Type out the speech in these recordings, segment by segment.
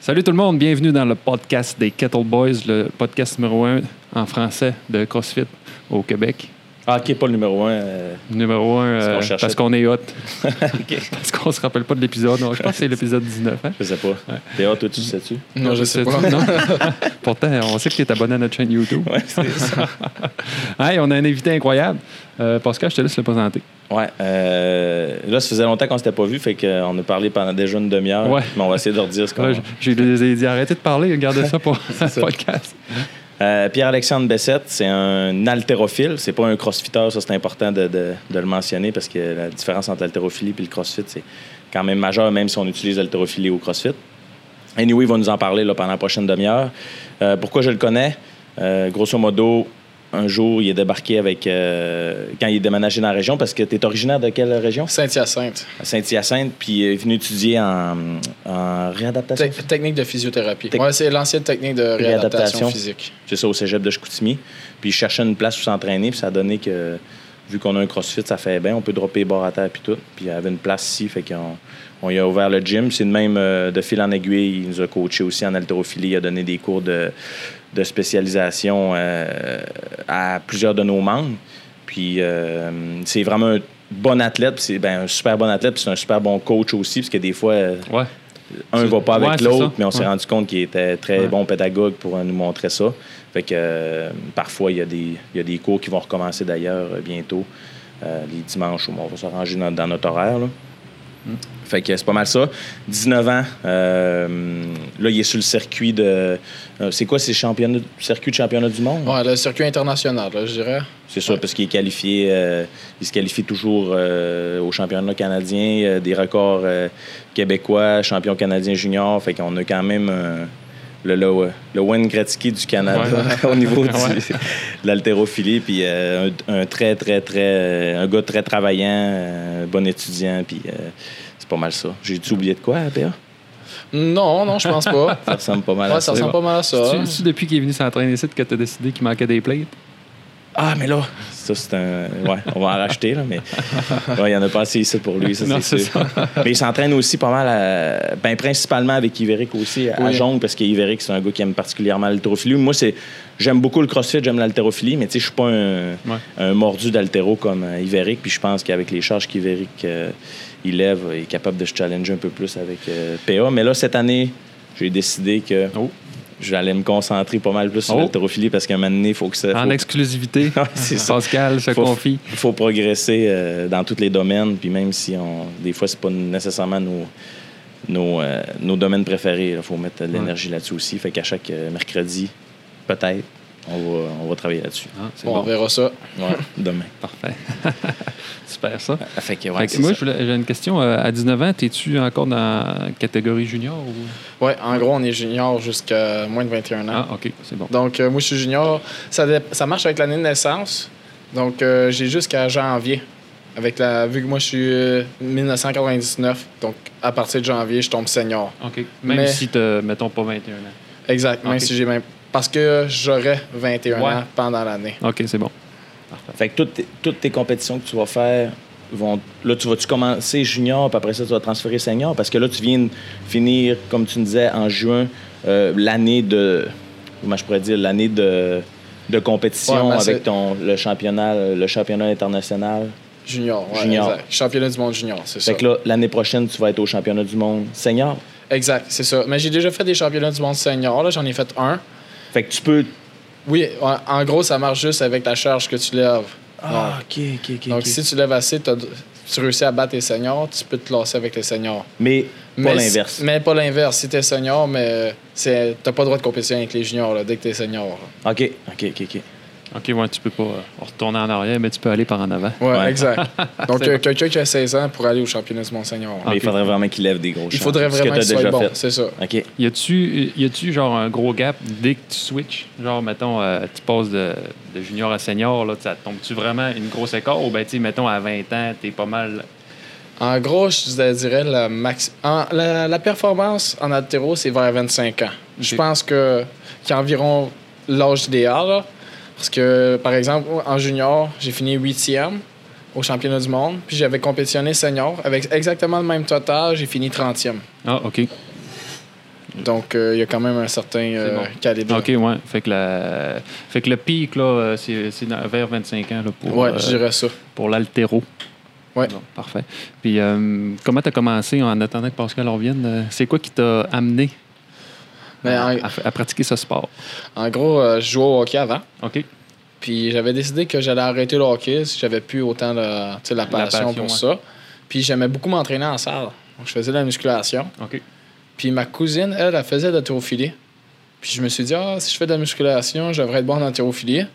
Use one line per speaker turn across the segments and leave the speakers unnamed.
Salut tout le monde, bienvenue dans le podcast des Kettle Boys, le podcast numéro un en français de CrossFit au Québec.
Ah, ok, pas le numéro un. euh,
Numéro un,
qu'on
euh,
cherchait.
parce qu'on est hot,
ok.
parce qu'on se rappelle pas de l'épisode. Non, Je pense que c'est l'épisode 19. hein?
Je sais pas. Théa, toi, tu sais-tu?
Non, je sais pas.
Non. Pourtant, on sait que tu es abonné à notre chaîne YouTube.
Ouais, c'est ça.
Hey, on a un invité incroyable. Euh, Pascal, je te laisse le présenter.
Ouais. euh, là, ça faisait longtemps qu'on s'était pas vu, fait qu'on a parlé pendant déjà une demi-heure.
Ouais.
Mais on va essayer de redire ce qu'on
Là, j- J'ai j'ai dit arrêtez de parler, gardez ça pour le
ça.
podcast.
Euh, Pierre-Alexandre Bessette, c'est un haltérophile. C'est pas un crossfitter, ça c'est important de, de- de le mentionner parce que la différence entre l'haltérophilie et le crossfit, c'est quand même majeur, même si on utilise l'haltérophilie au crossfit. Anyway, il va nous en parler là, pendant la prochaine demi-heure. Euh, pourquoi je le connais? Euh, grosso modo, un jour, il est débarqué avec. euh, quand il est déménagé dans la région, parce que tu es originaire de quelle région?
Saint-Hyacinthe.
À Saint-Hyacinthe, puis il est venu étudier en, en réadaptation.
Te- technique de physiothérapie.
Tec-
Ouais, c'est l'ancienne technique de réadaptation,
Réadaptation.
physique.
C'est ça, au cégep de Chicoutimi. Puis je cherchais une place où s'entraîner, puis ça a donné que, vu qu'on a un crossfit, ça fait bien, on peut dropper les barres à terre, puis tout. Puis il y avait une place ici, fait qu'on on y a ouvert le gym. C'est de même, euh, de fil en aiguille, il nous a coaché aussi en haltérophilie, il a donné des cours de, de spécialisation euh, à plusieurs de nos membres. Puis euh, c'est vraiment un bon athlète, puis c'est ben, un super bon athlète, puis c'est un super bon coach aussi, parce que des fois, euh,
Ouais.
un va pas
Ouais,
avec
c'est ça.
l'autre, mais on s'est
Ouais.
rendu compte qu'il était très
Ouais.
bon pédagogue pour euh, nous montrer ça. Fait que euh, parfois, il y, a des, il y a des cours qui vont recommencer d'ailleurs euh, bientôt, euh, les dimanches, où on va s'arranger dans, dans notre horaire. là.
Hmm.
Fait que c'est pas mal ça. 19 ans, euh, là, il est sur le circuit de. euh, c'est quoi, c'est championnat, circuit de championnat du monde?
Ouais, le circuit international, là, je dirais.
C'est ça, parce qu'il est qualifié, euh, il se qualifie toujours euh, au championnat canadien, euh, des records euh, québécois, champion canadien junior. Fait qu'on a quand même euh, le, le, le Wayne Gretzky du Canada au niveau du-
Ouais.
de l'haltérophilie. Puis euh, un, un très, très, très, euh, un gars très travaillant, euh, bon étudiant. Puis euh, c'est pas mal ça. J'ai-tu oublié de quoi, PA?
Non, non, je pense pas.
Ça ressemble pas mal à
Ouais, ça
ça.
ressemble pas mal à ça.
C'est- C'est depuis qu'il est venu s'entraîner ici que tu as décidé qu'il manquait des plates.
Ah, mais là, ça, c'est un. Ouais, on va en racheter, là, mais. Ouais, il y en a pas assez ici pour lui, ça,
Non,
c'est
c'est
sûr. Mais il s'entraîne aussi pas mal, à- ben, principalement avec Iveric aussi, à
Oui.
Jongle, parce qu'Iveric, c'est un gars qui aime particulièrement l'haltérophilie. Moi, c'est. J'aime beaucoup le crossfit, j'aime l'haltérophilie, mais tu sais, je suis pas un, un mordu d'haltéro comme euh, Iveric, puis je pense qu'avec les charges qu'Iveric euh, il lève, il est capable de se challenger un peu plus avec euh, PA. Mais là, cette année, j'ai décidé que.
Oh.
J'allais me concentrer pas mal plus sur
Oh.
l'haltérophilie parce qu'à un moment donné, il faut que ça.
En
faut-
exclusivité,
Ouais, c'est ça.
Pascal se
Faut-
confie.
Il faut progresser euh, dans tous les domaines, puis même si on, des fois, c'est pas nécessairement nos, nos, euh, nos domaines préférés, il faut mettre de l'énergie là-dessus aussi. Fait qu'à chaque euh, mercredi, peut-être, on va, on va travailler là-dessus.
Ah, c'est
Bon,
bon.
on verra ça.
Ouais, demain.
Parfait. Super ça.
Fait que,
Fait que moi, je voulais- j'ai une question. Euh, À 19 ans, es-tu encore dans la catégorie junior ou...
Ouais, en gros, on est junior jusqu'à moins de 21 ans.
Ah, OK, c'est bon.
Donc, euh, moi, je suis junior. Ça, dé- ça marche avec l'année de naissance. Donc, euh, j'ai jusqu'à janvier. Avec la, vu que moi, je suis euh, 1999. Donc, à partir de janvier, je tombe senior.
OK. Même
Mais-
si tu mettons pas 21 ans.
Exact. Même
Ok.
si j'ai même. Parce que j'aurais 21
Ouais.
ans pendant l'année.
OK, c'est bon.
Fait que toutes, tes- toutes tes compétitions que tu vas faire vont. Là, tu vas-tu commencer junior, puis après ça, tu vas transférer senior? Parce que là, tu viens de finir, comme tu me disais, en juin, euh, l'année de. Comment je pourrais dire? L'année de, de compétition
Ouais,
avec
mais c'est-
ton, le, championnat, le championnat international.
Junior. ouais,
Junior.
exact. Championnat du monde junior, c'est ça.
Fait que là, l'année prochaine, tu vas être au championnat du monde senior.
Exact, c'est ça. Mais j'ai déjà fait des championnats du monde senior. Là, j'en ai fait un.
Fait que tu peux.
Oui, en- en gros, ça marche juste avec la charge que tu lèves.
Ah, ok, ok, ok.
Donc,
ok.
si tu lèves assez, t'as- tu réussis à battre les seniors, tu peux te classer avec les seniors.
Mais pas
Mais-
l'inverse.
Mais pas l'inverse. Si t'es senior, mais c'est- t'as pas le droit de compétitionner avec les juniors là, dès que t'es senior. là.
Ok, ok, ok, ok.
OK, ouais, tu peux pas euh, retourner en arrière, mais tu peux aller par en avant.
Ouais,
Ouais.
exact. Donc,
C'est Ah.
euh, quelqu'un qui a 16 ans pour aller au championnat du monde senior. là.
Mais
Ok.
il faudrait vraiment qu'il lève des gros
Il faudrait
champions, ce
vraiment que
tu
tu
déjà
sois bon,
fait.
c'est ça.
Ok.
Y a-tu, y a-tu genre un gros gap dès que tu switches? Genre, mettons, euh, tu passes de, de junior à senior, là, ça tombe-tu vraiment une grosse écart? Ou ben, tu sais, mettons, à 20 ans, t'es pas mal.
En gros, je te dirais la, max... en- la, la performance en altéro, c'est vers 25 ans. Je
Ok.
pense que qu'il y a environ l'âge idéal. là. parce que, par exemple, en junior, j'ai fini 8e au championnat du monde. Puis j'avais compétitionné senior. Avec exactement le même total, j'ai fini 30e.
Ah, OK.
Donc, euh, il y a quand même un certain euh,
bon.
calibre.
OK, ouais. Fait que, la... fait que le pic, là, euh, c'est c'est dans- vers 25 ans là, pour,
ouais,
euh,
je dirais ça.
pour l'altéro.
Ouais.
Bon, parfait. Puis, euh, comment tu as commencé en attendant que Pascal revienne? euh, C'est quoi qui t'a amené
Mais
à,
Ben, en,
à- à pratiquer ce sport?
en gros, euh, je jouais au hockey avant.
OK.
Puis j'avais décidé que j'allais arrêter le hockey si j'avais plus autant de, tu sais, la passion
passion,
pour
ouais.
ça. Puis j'aimais beaucoup m'entraîner en salle. Donc, je faisais de la musculation.
OK.
Puis ma cousine, elle, elle faisait de la thérophilie. Puis je me suis dit, ah, si je fais de la musculation, je devrais être bon en thérophilie.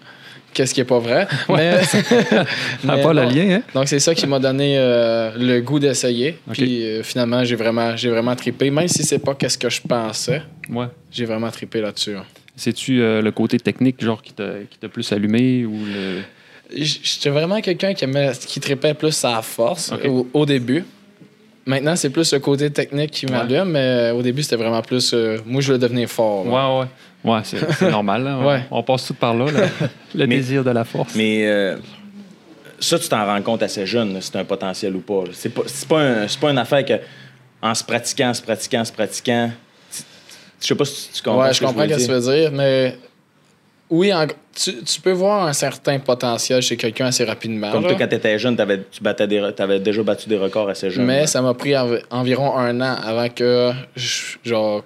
Qu'est-ce qui est pas vrai. Mais-
Ah,
Mais
pas le
non.
lien, hein?
Donc c'est ça qui m'a donné euh, le goût d'essayer.
Ok.
Puis euh, finalement, j'ai vraiment, j'ai vraiment trippé. Même si c'est pas qu'est-ce que je pensais,
Ouais.
j'ai vraiment trippé là-dessus. hein.
C'est-tu euh, le côté technique, genre, qui t'a qui t'a plus allumé ou le.
J- J'étais vraiment quelqu'un qui aimait, qui tripait plus sa force
Ok.
au, au début. Maintenant, c'est plus le côté technique qui m'allume, mais au début, c'était vraiment plus euh, moi, je veux devenir fort. là.
Ouais, ouais. Ouais, c'est c'est normal. là. On-
Ouais.
On, passe tout par là. là. Le
Mais-
désir de la force.
Mais euh, ça, tu t'en rends compte assez jeune, là, si c'est un potentiel ou pas. là. C'est pas, c'est pas, un- c'est pas une affaire que, en se pratiquant, en se pratiquant, en se pratiquant. tu- tu- Je sais pas si tu tu comprends.
Ouais,
ce
je
que
comprends
veux
ce que tu
dire.
veux dire, mais oui, en- tu, tu peux voir un certain potentiel chez quelqu'un assez rapidement.
Comme toi,
là.
quand t'étais jeune, t'avais, tu battais des, re- t'avais déjà battu des records assez hein. jeune.
Mais
là.
ça m'a pris env- environ un an avant que, je- genre,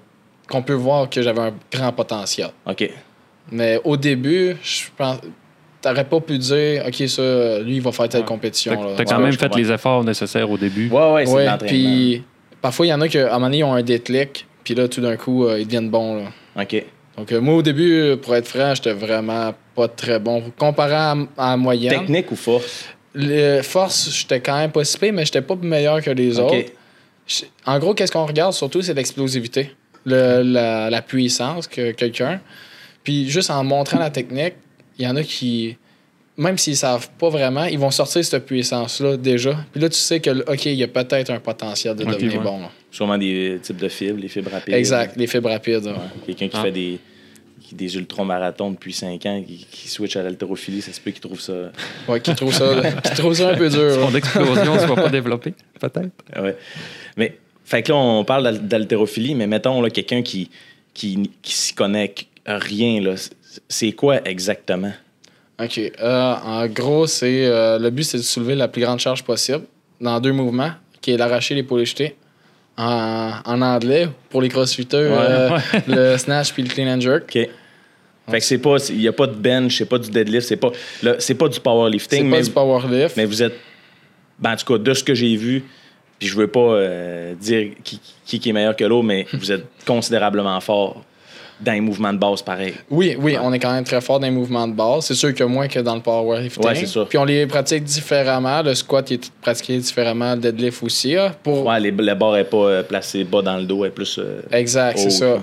qu'on peut voir que j'avais un grand potentiel.
OK.
Mais au début, je pense, t'aurais pas pu dire, OK, ça, lui, il va faire telle
Ouais.
compétition.
T'as
là.
t'as
Ouais.
quand
ouais,
même
je
fait
comprends.
les efforts nécessaires au début.
Ouais, ouais, c'est de
Ouais,
l'entraînement.
puis parfois, il y en a qui, à un moment donné, ils ont un déclic, puis là, tout d'un coup, euh, ils deviennent bons. là.
OK.
Donc, euh, moi, au début, euh, pour être franc, j'étais vraiment pas très bon. Comparé à, à la moyenne,
Technique ou force?
les forces, j'étais quand même pas si pire, mais j'étais pas meilleur que les
OK.
autres. Je- En gros, qu'est-ce qu'on regarde surtout, c'est l'explosivité, le- la, la puissance que quelqu'un. Puis juste en montrant la technique, il y en a qui, même s'ils savent pas vraiment, ils vont sortir cette puissance-là déjà. Puis là, tu sais que, OK, il y a peut-être un potentiel de
Ok,
devenir
ouais. euh,
bon. là.
Sûrement des types de fibres, les fibres rapides.
Exact, les fibres rapides. ouais.
Quelqu'un qui
Ah.
fait des, qui- des ultramarathons depuis 5 ans, qui, qui switch à l'haltérophilie, ça se peut qu'il trouve ça.
Ouais, qui trouvent ça, qui trouvent ça un peu dur. ouais.
Son explosion ne soit pas développée, peut-être.
Ah Ouais. Mais, fait que là, on parle d'hal- d'haltérophilie, mais mettons là, quelqu'un qui, qui, qui s'y connaît qu- rien, là, c- c'est quoi exactement?
OK. Euh, en gros, c'est euh, le but, c'est de soulever la plus grande charge possible dans deux mouvements, qui est l'arraché et l'épaulé jeté. En, en anglais, pour les crossfitters, euh, le snatch puis le clean and jerk.
OK. Fait que c'est pas, il n'y a pas de bench, c'est pas du deadlift, c'est pas, là, c'est pas du
C'est
powerlifting,
pas
mais,
du powerlift.
mais vous êtes, ben, en tout cas, de ce que j'ai vu, puis je veux pas euh, dire qui, qui- qui est meilleur que l'autre, mais vous êtes considérablement fort dans les mouvements de base pareil.
Oui, oui, on est quand même très fort dans les mouvements de base. C'est sûr que moins que dans le powerlifting.
Ouais, c'est sûr.
Puis on les pratique différemment. Le squat il est pratiqué différemment, le deadlift aussi. là, pour...
Ouais, les, la barre n'est pas euh, placée bas dans le dos, elle est plus. euh,
Exact, c'est
haute,
ça.
là.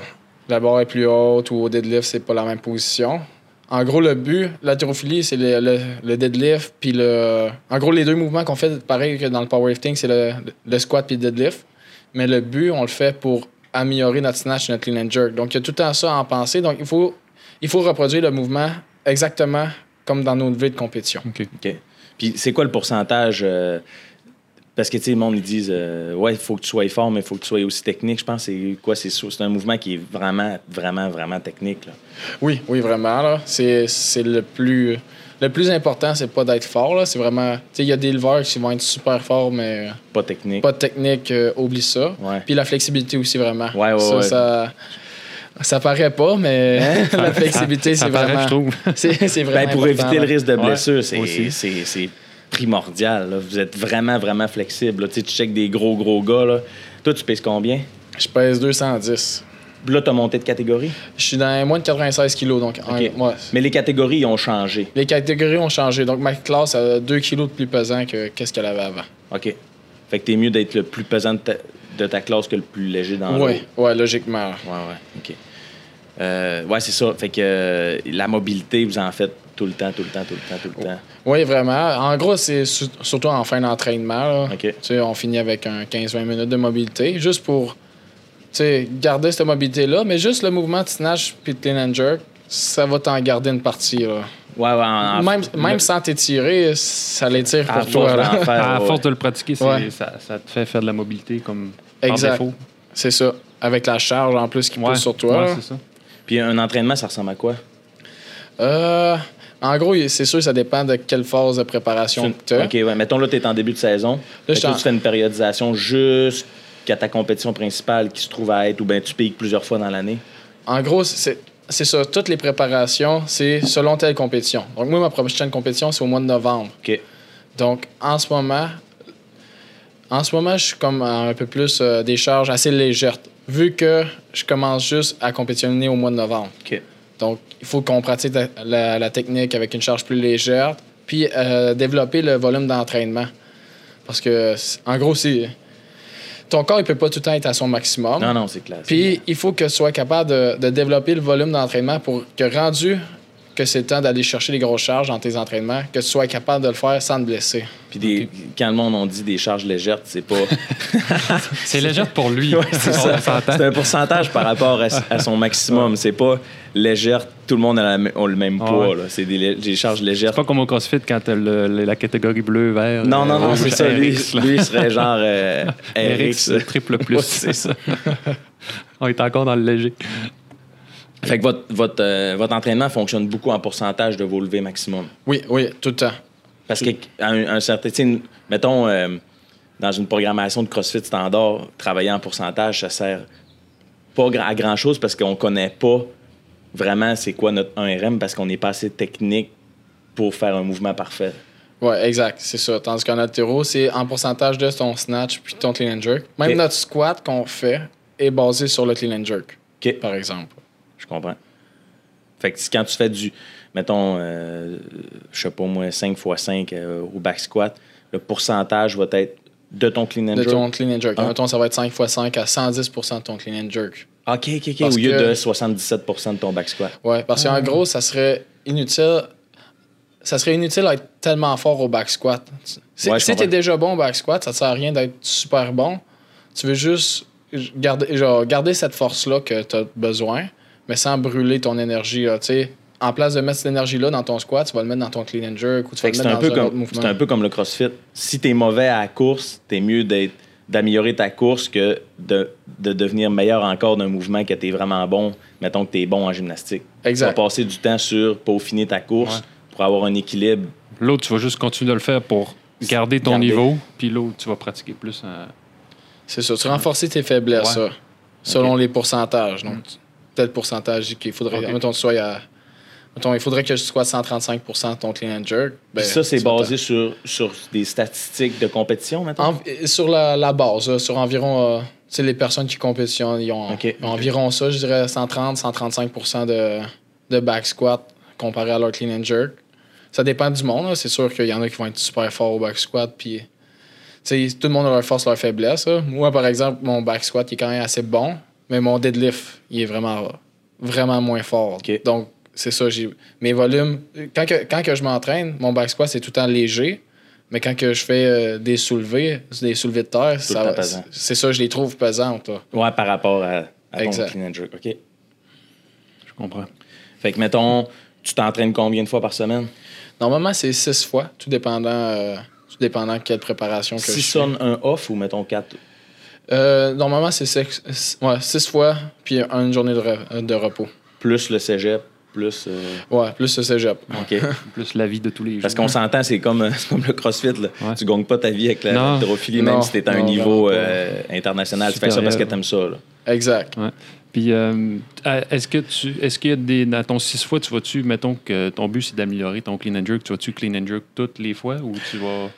La barre est plus haute ou au deadlift, c'est pas la même position. En gros, le but, l'haltérophilie, c'est le, le- le deadlift, puis le. En gros, les deux mouvements qu'on fait, pareil que dans le powerlifting, c'est le, le squat puis le deadlift. Mais le but, on le fait pour améliorer notre snatch, notre clean and jerk. Donc, il y a tout le temps ça en pensée. Donc, il faut, il faut reproduire le mouvement exactement comme dans nos levées de compétition.
OK.
OK. Puis c'est quoi le pourcentage? euh, parce que, tu sais, le monde, ils disent, euh, ouais, il faut que tu sois fort, mais il faut que tu sois aussi technique. Je pense que c'est quoi? C'est ça, c'est un mouvement qui est vraiment, vraiment, vraiment technique. là.
Oui, oui, vraiment. là. C'est c'est le plus. Le plus important, c'est pas d'être fort. là. C'est vraiment. Tu sais, il y a des leveurs qui vont être super forts, mais. euh,
Pas technique.
pas de technique, euh, oublie ça.
Ouais.
Puis la flexibilité aussi, vraiment.
Ouais, ouais, Hein?
ça,
ouais.
ça, ça paraît pas, mais la flexibilité,
Ça
c'est
paraît,
vraiment.
je trouve.
C'est c'est
Ben,
vraiment.
pour
important,
éviter le
là.
risque de
Ouais,
blessure, c'est,
aussi.
c'est, c'est primordial. là. Vous êtes vraiment, vraiment flexible. là. Tu sais, tu check des gros, gros gars. Là. Toi, tu pèses combien?
Je pèse 210.
Puis Là, tu as monté de catégorie.
Je suis dans les moins de 96 kilos, donc. en-
OK.
ouais.
Mais les catégories, ils ont changé.
Les catégories ont changé, donc ma classe a 2 kilos de plus pesant que qu'est-ce qu'elle avait avant.
OK. Fait que t'es mieux d'être le plus pesant de ta, de ta classe que le plus léger dans
Oui, ouais, logiquement.
l'eau. Ouais, ouais. OK. Euh, ouais, c'est ça. Fait que euh, la mobilité, vous en faites tout le temps, tout le temps, tout le temps, tout le temps.
Oui, vraiment. En gros, c'est su- surtout en fin d'entraînement. là.
OK.
Tu sais, on finit avec un 15-20 minutes de mobilité, juste pour tu sais, garder cette mobilité-là, mais juste le mouvement de snatch puis de clean and jerk, ça va t'en garder une partie. Là.
Ouais, ouais.
Ah,
en- en-
même même sans t'étirer, ça l'étire
à
pour
force
toi. là.
d'en faire,
à
ouais.
force de le pratiquer, c'est-
Ouais.
ça, ça te fait faire de la mobilité comme par
Exact.
défaut.
C'est ça. Avec la charge en plus qui pousse sur toi.
ouais,
là.
c'est ça.
Puis un entraînement, ça ressemble à quoi?
Euh, en gros, c'est sûr, ça dépend de quelle phase de préparation que tu
OK, ouais. Mettons, là, tu es en début de saison. Fait que
je suis
Là,
en-
tu fais une périodisation jusqu'à ta compétition principale qui se trouve à être, ou bien tu piques plusieurs fois dans l'année.
En gros, c'est c'est ça. Toutes les préparations, c'est selon telle compétition. Donc, moi, ma prochaine compétition, c'est au mois de novembre.
OK.
Donc, en ce moment, en ce moment, je suis comme à un peu plus euh, des charges assez légères, vu que je commence juste à compétitionner au mois de novembre.
OK.
Donc, il faut qu'on pratique la, la- la technique avec une charge plus légère, puis euh, développer le volume d'entraînement. Parce que, c'est- en gros, c'est ton corps, il peut pas tout le temps être à son maximum.
Non, non, c'est clair. c'est
Puis, il faut que tu sois capable de, de développer le volume d'entraînement pour que, rendu que c'est le temps d'aller chercher les grosses charges dans tes entraînements, que tu sois capable de le faire sans te blesser.
Puis des, quand le monde on dit des charges légères, c'est pas.
C'est léger pour lui.
Ouais, c'est
On
ça.
s'entend.
C'est un pourcentage par rapport à, à son maximum. C'est pas légère, tout le monde a, la m- ont le même
Ah
poids.
ouais.
là. C'est des, lé- des charges légères.
C'est pas comme au CrossFit quand t'as le- le- la catégorie bleu, vert.
Non,
euh,
non, non,
rouge,
c'est ça. Lui,
RX, là.
lui, il serait genre euh, RX.
RX, triple plus.
Ouais, c'est ça.
On est encore dans le léger.
Fait que votre, votre, euh, votre entraînement fonctionne beaucoup en pourcentage de vos levées maximum.
Oui, oui, tout le temps.
Parce que à un, un certain. tu sais, une- mettons, euh, dans une programmation de CrossFit standard, travailler en pourcentage, ça sert pas gra- à grand chose parce qu'on connaît pas vraiment c'est quoi notre 1RM parce qu'on n'est pas assez technique pour faire un mouvement parfait.
Oui, exact, c'est ça. Tandis qu'en altéro, c'est en pourcentage de ton snatch puis ton clean and jerk. Même
Ok.
notre squat qu'on fait est basé sur le clean and jerk,
OK.
par exemple.
Je comprends. Fait que si- quand tu fais du, mettons, euh, je sais pas moi, 5 x 5 euh, au back squat, le pourcentage va être de ton clean and
De
jerk.
ton clean and jerk.
Ah.
Mettons, ça va être 5 x 5 à 110 de ton clean and jerk.
OK, OK, OK.
Parce
Au lieu
que-
de 77 de ton back squat.
Ouais, parce qu'en gros, ça serait inutile. Ça serait inutile d'être tellement fort au back squat. Si,
Ouais, je
si
comprends.
t'es déjà bon au back squat, ça te sert à rien d'être super bon. Tu veux juste garder, genre, garder cette force-là que t'as besoin, mais sans brûler ton énergie. Là, tu sais. en place de mettre cette énergie-là dans ton squat, tu vas le mettre dans ton clean and jerk ou tu vas
Fait
le
que c'est
mettre
un,
dans
peu
un autre
comme,
mouvement.
c'est un peu comme le CrossFit. Si tu es mauvais à la course, t'es mieux d'être, d'améliorer ta course que de, de devenir meilleur encore d'un mouvement que tu es vraiment bon. Mettons que tu es bon en gymnastique.
Exact.
Tu vas passer du temps sur peaufiner ta course
Ouais.
pour avoir un équilibre.
L'autre, tu vas juste continuer de le faire pour garder ton
Garder.
niveau, puis l'autre, tu vas pratiquer plus. euh,
C'est ça. Tu renforces tes faiblesses,
Ouais.
ça, selon les pourcentages. Donc, tel pourcentage qu'il faudrait.
Ok.
Mettons, tu sois à- mettons, il faudrait que je sois 135 de ton clean and jerk. Ben,
Puis ça, c'est
tu vas
basé sur, sur des statistiques de compétition,
t'en-
maintenant.
en- et sur la, la base, là, sur environ. euh, tu sais, les personnes qui compétitionnent, ils ont,
Ok.
ils ont environ ça, je dirais 130, 135 de, de back squat comparé à leur clean and jerk. Ça dépend du monde. là. C'est sûr qu'il y en a qui vont être super forts au back squat. Puis, tu sais, tout le monde a leur force, leur faiblesse. là. Moi, par exemple, mon back squat il est quand même assez bon, mais mon deadlift, il est vraiment, vraiment moins fort.
Ok.
Donc, c'est ça. j'ai Mes volumes, quand, que, quand que je m'entraîne, mon back squat, c'est tout le temps léger. Mais quand que je fais euh, des soulevés, des soulevés de terre,
le
ça
temps
va-
pesant.
c'est ça, je les trouve pesantes. là.
Ouais, par rapport à, à ton
Exact.
clean and jerk. OK.
je comprends.
Fait que, mettons, tu t'entraînes combien de fois par semaine?
Normalement, c'est six fois, tout dépendant, euh, tout dépendant quelle préparation que
Si
je fais.
sonne un off ou, mettons, quatre?
Euh, normalement, c'est six, six- ouais, six fois, puis une journée de, re- de repos.
Plus le cégep, plus... euh,
Ouais, plus le cégep.
OK.
Plus la vie de tous les jours.
Parce qu'on s'entend, c'est comme, euh, c'est comme le CrossFit. Là.
Ouais.
Tu gagnes pas ta vie avec la
Non.
l'haltérophilie, même
Non,
si t'es à un
non,
niveau
vraiment pas.
euh, international. Tu fais ça
Supérieur.
parce que t'aimes ça. là.
Exact.
Puis, euh, à- est-ce que tu, est-ce qu'il y a des, dans ton six fois, tu vas-tu, mettons que ton but c'est d'améliorer ton clean and jerk, tu vas-tu clean and jerk toutes les fois ou tu vas.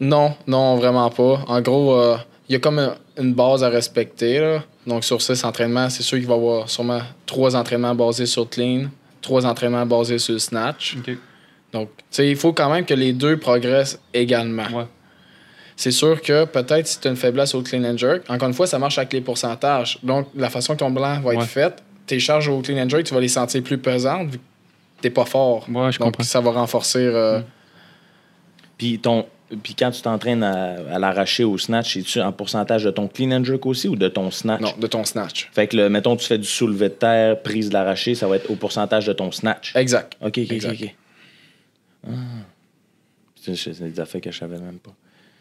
Non, non, vraiment pas. En gros, euh, il y a comme un- une base à respecter. là. Donc, sur six entraînements, c'est sûr qu'il va y avoir sûrement trois entraînements basés sur le clean, trois entraînements basés sur le snatch. Donc, tu sais, il faut quand même que les deux progressent également.
Ouais.
C'est sûr que peut-être si tu as une faiblesse au clean and jerk, encore une fois, ça marche avec les pourcentages. Donc, la façon que ton blanc va être
Ouais.
fait, tes charges au clean and jerk, tu vas les sentir plus pesantes vu que t'es pas fort.
Ouais, je
Donc,
comprends.
ça va renforcer. euh,
Puis, ton, puis quand tu t'entraînes à, à l'arracher au snatch, es-tu en pourcentage de ton clean and jerk aussi ou de ton snatch?
Non, de ton snatch.
Fait que, le, mettons, tu fais du soulevé de terre, prise de l'arraché, ça va être au pourcentage de ton snatch.
Exact.
OK, OK, OK.
Exact.
ok. Ah. C'est c'est des affaires que je savais même pas.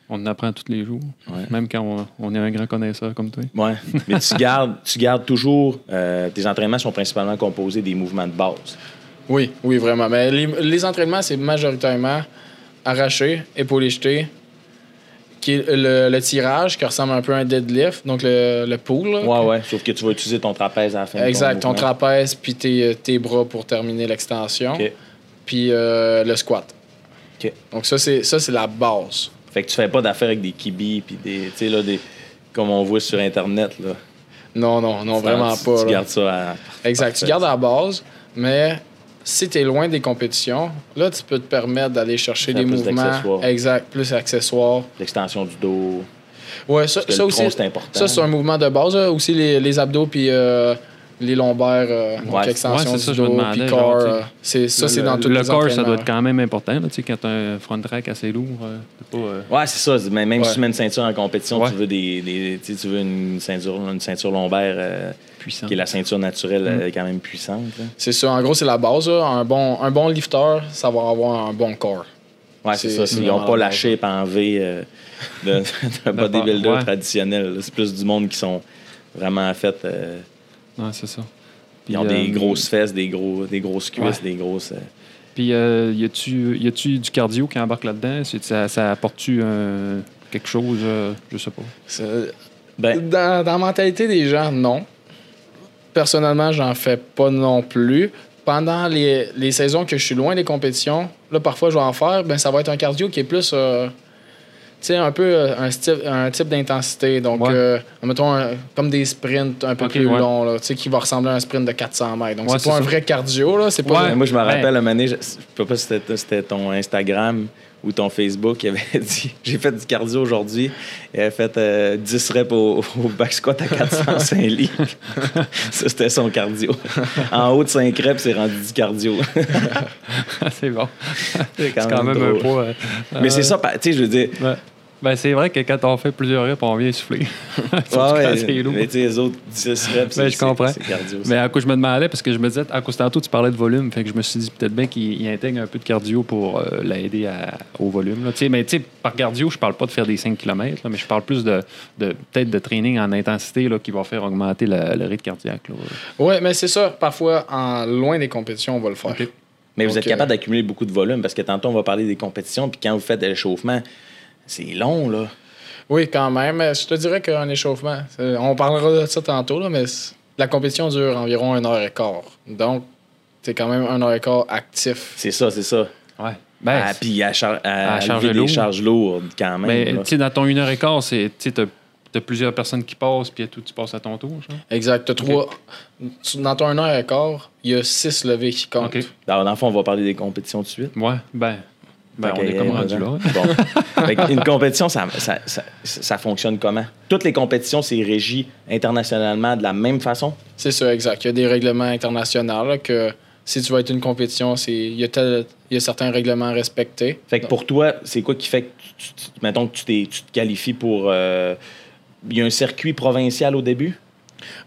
On en apprend tous les jours,
Ouais.
même quand on, on est un grand connaisseur comme toi.
Ouais. Mais tu gardes, tu gardes toujours. euh, tes entraînements sont principalement composés des mouvements de base.
Oui, oui, vraiment. Mais les, les entraînements, c'est majoritairement arraché, épaulé jeté, qui est le, le tirage qui ressemble un peu à un deadlift, donc le, le pull. là.
Ouais, ouais. Sauf que tu vas utiliser ton trapèze à la fin. de
Exact, ton
mouvement.
trapèze puis tes, tes bras pour terminer l'extension,
OK.
puis euh, le squat.
OK.
Donc ça, c'est ça c'est la base.
Fait que tu fais pas d'affaires avec des kibis puis des, tu sais là des, comme on voit sur internet là.
Non, non, non, vraiment
Tu-
pas.
Tu
là.
gardes ça. À...
Exact.
Parfait.
Tu gardes à la base, mais si tu es loin des compétitions, là, tu peux te permettre d'aller chercher
Faire
des
plus
mouvements.
d'accessoires.
Exact, plus accessoires.
L'extension du dos.
Ouais, ça,
Parce que
ça
le
aussi.
tronc, c'est important.
Ça, c'est un mouvement de base. là. Aussi, les, les abdos, puis euh, les lombaires, euh, donc
Ouais.
extension
Ouais, c'est ça,
du
je me
dos,
demandais,
puis
genre,
corps.
tu sais.
euh, c'est- ça, c'est
Le-
dans tous
Le
les
corps, ça doit être
entraînements.
quand même important. là, tu sais, quand tu as un front track assez lourd, euh, t'es pas, euh,
Ouais, c'est ça. Mais même
Ouais.
si tu mets une ceinture en compétition,
Ouais.
tu veux des, des- tu sais, tu veux une ceinture, une ceinture lombaire euh,
Ah.
puissant.
qui est la ceinture naturelle
Mm.
euh, quand même puissante. là.
C'est ça. En gros, c'est la base. là. Un bon, un bon lifteur, ça va avoir un bon corps.
Ouais, c'est
C'est-
ça.
c'est
Ils n'ont
vraiment
pas
la
la
base.
shape en V euh, d'un d'un bodybuilder
Ouais.
traditionnel. là. C'est plus du monde qui sont vraiment faits. euh,
Ouais, c'est ça.
ils ont
Puis,
des
euh,
grosses fesses, des, gros, des grosses cuisses,
Ouais.
des grosses. euh,
Puis, euh, y a-tu y a-tu du cardio qui embarque là-dedans? C'est- Ça, ça apporte-tu euh, quelque chose? euh, je sais pas.
C'est-
Euh,
Ben,
Dans, dans la mentalité des gens, non. Personnellement, j'en fais pas non plus. Pendant les, les saisons que je suis loin des compétitions, là, parfois, je vais en faire, ben, ça va être un cardio qui est plus. euh, tu sais, un peu euh, un, sti- un type d'intensité. Donc,
Ouais.
euh, mettons, un- comme des sprints un peu
Ok,
plus
ouais.
longs, là, tu sais, qui va ressembler à un sprint de 400 mètres. Donc,
Ouais,
c'est pas
c'est
un
ça.
vrai cardio, là. C'est pas.
Ouais.
moi, je me
ben-
rappelle, un moment donné, je ne sais pas si c'était- c'était ton Instagram ou ton Facebook qui avait dit J'ai fait du cardio aujourd'hui. Il avait fait euh, 10 reps au, au back squat à 405 livres. ça, c'était son cardio. En haut de 5 reps, c'est rendu du cardio.
c'est bon.
C'est
C'est quand même, un
drôle.
poids. euh,
Mais
euh,
c'est ça, pa- tu sais, je veux dire.
ouais. Ben, c'est vrai que quand on fait plusieurs reps, on vient souffler. Surtout
Ouais,
quand
ouais,
c'est lourd.
mais tu sais, les autres 10 reps,
Ben,
c'est-
je comprends.
c'est c'est cardio. ça.
Mais à quoi je me demandais, parce que je me disais, à cause tantôt, tu parlais de volume, fait que je me suis dit peut-être bien qu'il il intègre un peu de cardio pour euh, l'aider à- au volume. là. Tu sais, mais tu sais, par cardio, je parle pas de faire des 5 km, mais je parle plus de, de- peut-être de training en intensité là, qui va faire augmenter le, le rythme cardiaque. là.
Ouais, mais c'est ça. Parfois, en loin des compétitions, on va le faire.
Ok.
Mais vous
Donc,
êtes capable
euh,
d'accumuler beaucoup de volume parce que tantôt, on va parler des compétitions. Puis quand vous faites de l'échauffement, c'est long, là.
Oui, quand même. Euh, Je te dirais qu'un échauffement, c'est- on parlera de ça tantôt, là, mais c'est- la compétition dure environ une heure et quart. Donc, c'est quand même un heure et quart actif.
C'est ça, c'est ça.
Ouais. Ben,
ah,
c'est-
puis à, char- à,
à charger
lever des
lourd.
charges lourdes quand
mais
même. là.
tu sais, dans ton 1h15, c'est, tu sais, t'as, t'as plusieurs personnes qui passent, puis tout, tu passes à ton tour. genre.
Exact. T'as trois. Dans ton une heure et quart, il y a six levées qui
Ah.
comptent.
Ok.
Alors, dans le fond, on va parler des compétitions de suite.
Ouais, ben, ben,
Fait
on
que,
est comme
euh,
rendu là. hein.
bon. Fait que une compétition, ça, ça- ça- ça fonctionne comment? Toutes les compétitions, c'est régi internationalement de la même façon?
C'est ça, exact. Il y a des règlements internationaux là, que si tu vas être une compétition, c'est- il y, a tel- il y a certains règlements respectés.
Fait que pour toi, c'est quoi qui fait que, tu, tu- tu- mettons, que tu, t'es- tu te qualifies pour... euh, Il y a un circuit provincial au début?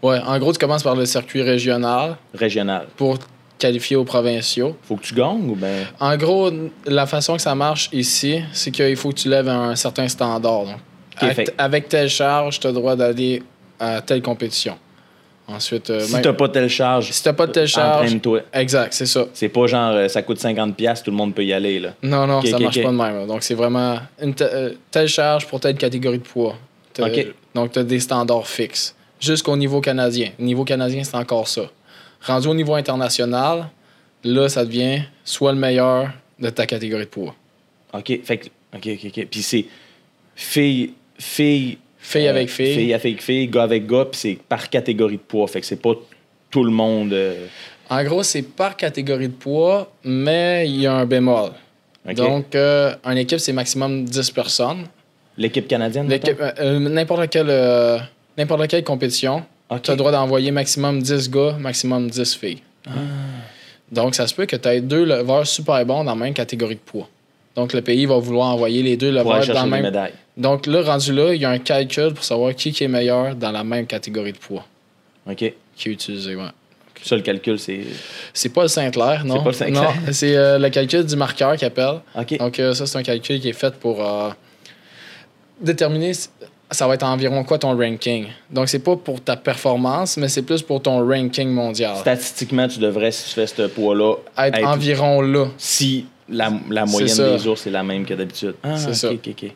Ouais, en gros, tu commences par le circuit régional
Régional.
pour te qualifier aux provinciaux.
Faut que tu gagnes ou ben? bien...
En gros, la façon que ça marche ici, c'est qu'il faut que tu lèves un certain standard. donc.
Ok,
avec,
fait-
avec telle charge, tu as le droit d'aller à telle compétition. Ensuite, euh,
Si
même-
t'as pas telle charge,
si t'as pas de telle charge.
entraîne-toi.
Exact, c'est ça.
C'est pas genre, euh, ça coûte 50$, piastres, tout le monde peut y aller, là.
Non, non,
Ok,
ça
ok,
marche
ok.
pas de même. là. Donc, c'est vraiment une te- euh, telle charge pour telle catégorie de poids. T'as-
Ok.
Donc, tu as des standards fixes. Jusqu'au niveau canadien. Niveau canadien, c'est encore ça. Rendu au niveau international, là, ça devient soit le meilleur de ta catégorie de poids.
OK. Fait que, OK, OK, OK. Puis c'est fille, fille.
Fille
euh,
avec fille.
Fille avec fille, gars avec gars, puis c'est par catégorie de poids. Fait que c'est pas tout le monde. euh,
En gros, c'est par catégorie de poids, mais il y a un bémol.
OK?
Donc, euh, une équipe, c'est maximum 10 personnes.
L'équipe canadienne.
L'équipe- euh, euh, N'importe quelle, euh, n'importe quelle compétition,
mettons? OK. Ah.
tu as le droit d'envoyer maximum 10 gars, maximum 10 filles. Donc, ça se peut que tu aies deux leveurs super bons dans la même catégorie de poids. Donc, le pays va vouloir envoyer les deux
Pour
leveurs
aller
dans la
chercher des
même.
médailles.
Donc, là, rendu là, il y a un calcul pour savoir qui, qui est meilleur dans la même catégorie de poids
OK.
qui est utilisé. ouais.
Ça, le calcul, c'est.
C'est pas le Saint-Clair, non?
pas le Saint-Clair.
Non, c'est euh, le calcul du marqueur qui appelle.
OK.
Donc, euh, ça, c'est un calcul qui est fait pour euh, déterminer c- ça va être environ quoi ton ranking. Donc, c'est pas pour ta performance, mais c'est plus pour ton ranking mondial.
Statistiquement, tu devrais, si tu fais ce poids-là,
Ah. Être, environ là.
si la, la moyenne
ça.
des ours est la même que d'habitude. Ah,
C'est
ok,
ça.
ok, ok.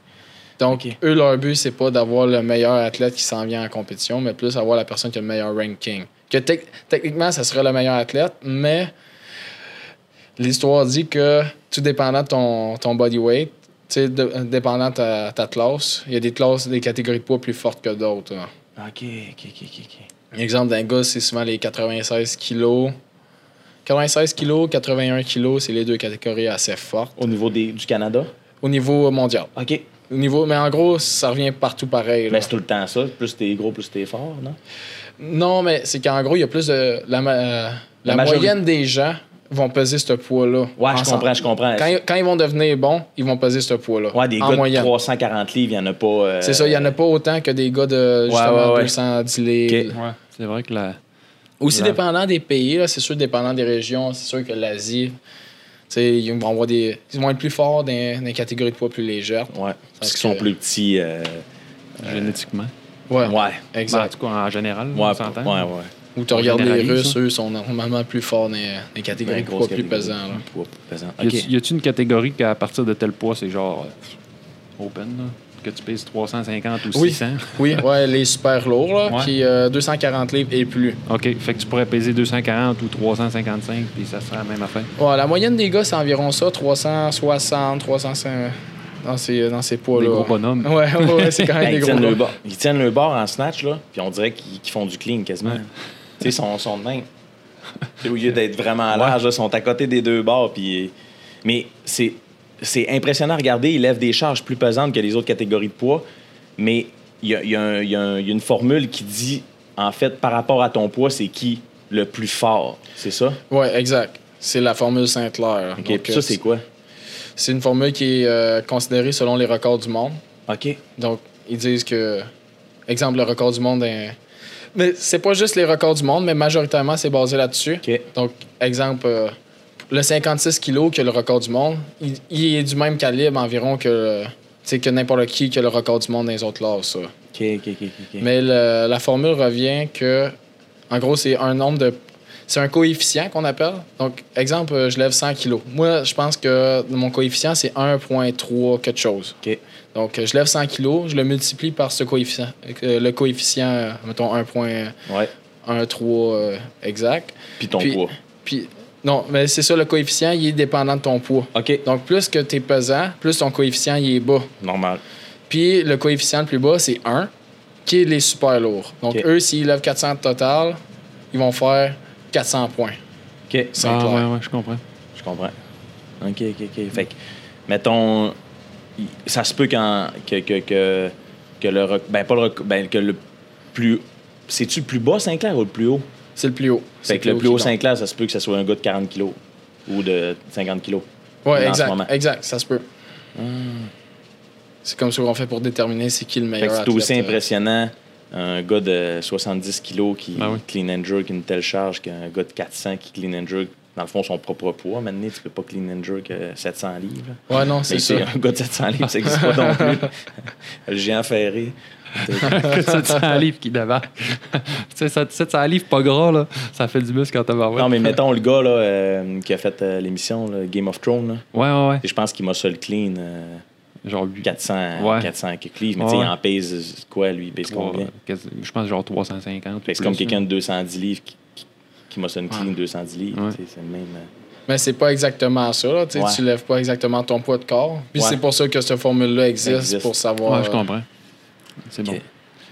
Donc,
Ok.
eux, leur but, c'est pas d'avoir le meilleur athlète qui s'en vient en compétition, mais plus avoir la personne qui a le meilleur ranking. Que tec- techniquement, ça serait le meilleur athlète, mais l'histoire dit que tout dépendant de ton, ton body weight, tu sais, de- dépendant de ta, ta classe, il y a des classes, des catégories de poids plus fortes que d'autres. hein.
Ah, Ok, ok, ok, ok, ok.
Exemple d'un gars, c'est souvent les 96 kilos. 96 kilos, 81 kilos, c'est les deux catégories assez fortes
Au niveau des, du Canada?
au niveau mondial.
OK.
Au niveau, mais en gros, ça revient partout pareil. là.
Mais c'est tout le temps ça. Plus t'es gros, plus t'es fort, non?
Non, mais c'est qu'en gros, il y a plus de. La, ma- euh, la
majorité-
moyenne des gens vont peser ce poids-là.
Ouais, je
Ensemble.
comprends, je comprends.
Quand, ils- quand ils vont devenir bons, ils vont peser ce poids-là.
Ouais, des
en
gars
moyenne.
de 340 livres, il n'y en a pas. euh,
C'est ça, il n'y en a pas autant que des gars de justement
ouais, ouais.
210 livres.
Ouais, c'est vrai que la.
Aussi
Ouais.
dépendant des pays, là, c'est sûr, dépendant des régions, c'est sûr que l'Asie, tu sais, ils vont avoir des. Ils vont être plus forts dans dans les catégories de poids plus légères.
Ouais, parce
Fait
qu'ils sont
que-
plus petits. euh,
Génétiquement.
Ouais.
Ouais.
Ben,
Ben, en
Exact.
tout cas, en général,
Ouais,
on
ouais,
s'entend.
ouais.
Ou tu regardes les
généralise,
Russes,
ça.
eux sont normalement plus forts dans les- dans les catégories
Ouais,
de
hein. Ben, grosse
poids plus
catégorie.
pesants. là.
Poids plus pesant.
Y a-tu-
OK.
Y a-tu une catégorie qu'à partir de tel poids, c'est genre euh, open, là, que tu pèses 350 ou
Oui.
600?
Oui, ouais, les super lourds, là,
Ouais.
qui euh, 240 livres et plus.
OK, fait que tu pourrais peser 240 ou 355, puis ça serait la même affaire.
Ouais, la moyenne des gars, c'est environ ça, 360, 305 dans ces, dans ces poids-là.
Des gros bonhommes.
Oh Ah Ouais, ouais, ouais, c'est quand même
Ben,
des
ils,
gros
tiennent le
bonhommes.
bord, ils tiennent le bord en snatch, là, puis on dirait qu'ils qu'ils font du clean quasiment.
Ouais.
Tu sais, ils sont, sont de même. Tu sais, Au lieu d'être vraiment large, là, ils sont à côté des deux bords. Puis... Mais c'est, c'est impressionnant à regarder. Ils lèvent des charges plus pesantes que les autres catégories de poids. Mais il y a, il y a un- il y a un- il y a une formule qui dit, en fait, par rapport à ton poids, c'est qui le plus fort. C'est ça?
Ouais, exact. C'est la formule Saint-Clair.
OK.
Donc,
Puis ça,
euh,
c'est quoi?
c'est une formule qui est euh, considérée selon les records du monde.
OK.
Donc, ils disent que, exemple, le record du monde est... Mais c'est pas juste les records du monde, mais majoritairement, c'est basé là-dessus.
OK.
Donc, exemple, euh, le 56 kg qui a le record du monde, il, il est du même calibre environ que, euh, tu sais, que n'importe qui qui a le record du monde dans les autres classes. ça.
OK, OK, OK, OK.
Mais le- la formule revient que, en gros, c'est un nombre de. C'est un coefficient qu'on appelle. Donc, exemple, euh, je lève 100 kg. Moi, je pense que mon coefficient, c'est 1,3 quelque chose.
OK.
Donc, euh, je lève 100 kg, je le multiplie par ce coefficient. euh, le coefficient, euh, mettons, 1,13
Ouais.
euh, exact.
Puis ton
Puis-
poids.
Puis, non, mais c'est ça, le coefficient, il est dépendant de ton poids.
OK.
Donc, plus que tu es pesant, plus ton coefficient, il est bas.
Normal.
Puis, le coefficient le plus bas, c'est 1, qui est les super lourds. Donc,
OK.
eux, s'ils lèvent 400 total, ils vont faire 400 points.
OK.
C'est
Ah,
clair.
ouais, ouais, je comprends.
Je comprends. OK, OK, OK. Fait que, mettons, y- ça se peut qu'en- que, que, que, que le. rec- Ben, pas le. rec- Ben, que le plus. C'est-tu le plus bas Sinclair ou le plus haut?
C'est le plus haut. C'est
Fait que le plus haut
qui
Sinclair, ça se peut que ce soit un gars de 40 kilos ou de 50 kilos.
tombe.
en
Ouais,
ce
exact.
moment.
Exact, ça se peut. C'est comme ça qu'on fait pour déterminer c'est qui le
Fait
meilleur.
que c'est aussi
athlète, euh,
impressionnant un gars de 70 kilos qui
Ben oui.
clean and jerk une telle charge qu'un gars de 400 qui clean and jerk, dans le fond, son propre poids. Maintenant, tu peux pas clean and jerk euh, 700 livres.
Ouais, non, c'est
Mais
ça.
c'est un gars de 700 livres, ça n'existe pas non plus. Le géant ferré.
que 700 livres qui débarque. tu sais, ça- 700 livres pas gras, là, ça fait du muscle quand t'as
Non, mais mettons le gars là, euh, qui a fait euh, l'émission là, Game of Thrones, là.
Ouais, ouais, ouais.
Et je pense qu'il m'a seul clean euh,
Genre 8.
400,
Ouais.
400 quelques livres. Mais tu sais,
Ouais.
il en pèse euh, quoi, lui Il pèse combien
je pense genre 350.
Fait que C'est
ou
comme
plus,
quelqu'un de 210 livres qui, qui, qui m'a seul clean 210 livres.
Ouais.
tu sais, C'est le même. euh.
Mais c'est pas exactement ça. Là, tu sais,
Ouais.
Tu lèves pas exactement ton poids de corps. Puis
Ouais.
c'est pour ça que cette formule-là existe,
Existe.
pour
là.
savoir. euh,
Ouais, je comprends. C'est
Ok.
bon.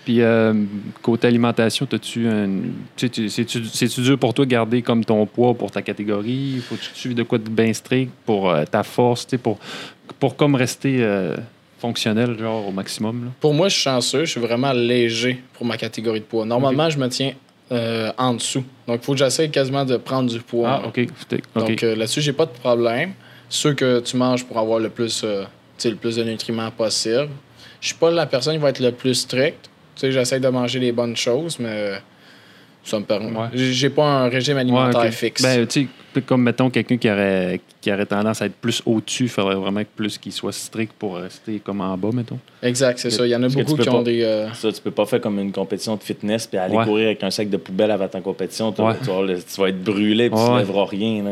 Puis, euh, côté alimentation, t'as-tu un. tu sais, tu- C'est-tu c'est-tu dur pour toi de garder comme ton poids pour ta catégorie? Faut-tu que tu suives de quoi de bien strict pour euh, ta force, tu sais, pour, pour comme rester euh, fonctionnel, genre au maximum? Là?
Pour moi, je suis chanceux. Je suis vraiment léger pour ma catégorie de poids. Normalement, je me tiens euh, en dessous. Donc, il faut que j'essaie quasiment de prendre du poids.
Ah,
là.
OK. C'était- OK.
Donc, euh, là-dessus, j'ai pas de problème. Ceux que tu manges pour avoir le plus, euh, tu sais, le plus de nutriments possible. Je suis pas la personne qui va être le plus strict. Tu sais, J'essaie de manger les bonnes choses, mais euh, ça me permet.
Ouais.
J'ai j'ai pas un régime alimentaire
Ouais, ok.
fixe.
Ben, tu sais, comme mettons quelqu'un qui aurait, qui aurait tendance à être plus au-dessus, il faudrait vraiment que plus qu'il soit strict pour rester comme en bas, mettons.
exact, c'est
que-
ça. Il y en a
parce que
beaucoup
tu peux
qui ont
pas-
des. euh,
Ça, tu peux pas faire comme une compétition de fitness puis aller
Ouais.
courir avec un sac de poubelle avant ta compétition. Tu,
Ouais.
tu vas, le- tu vas être brûlé puis tu
Ouais.
ne lèveras rien. Là.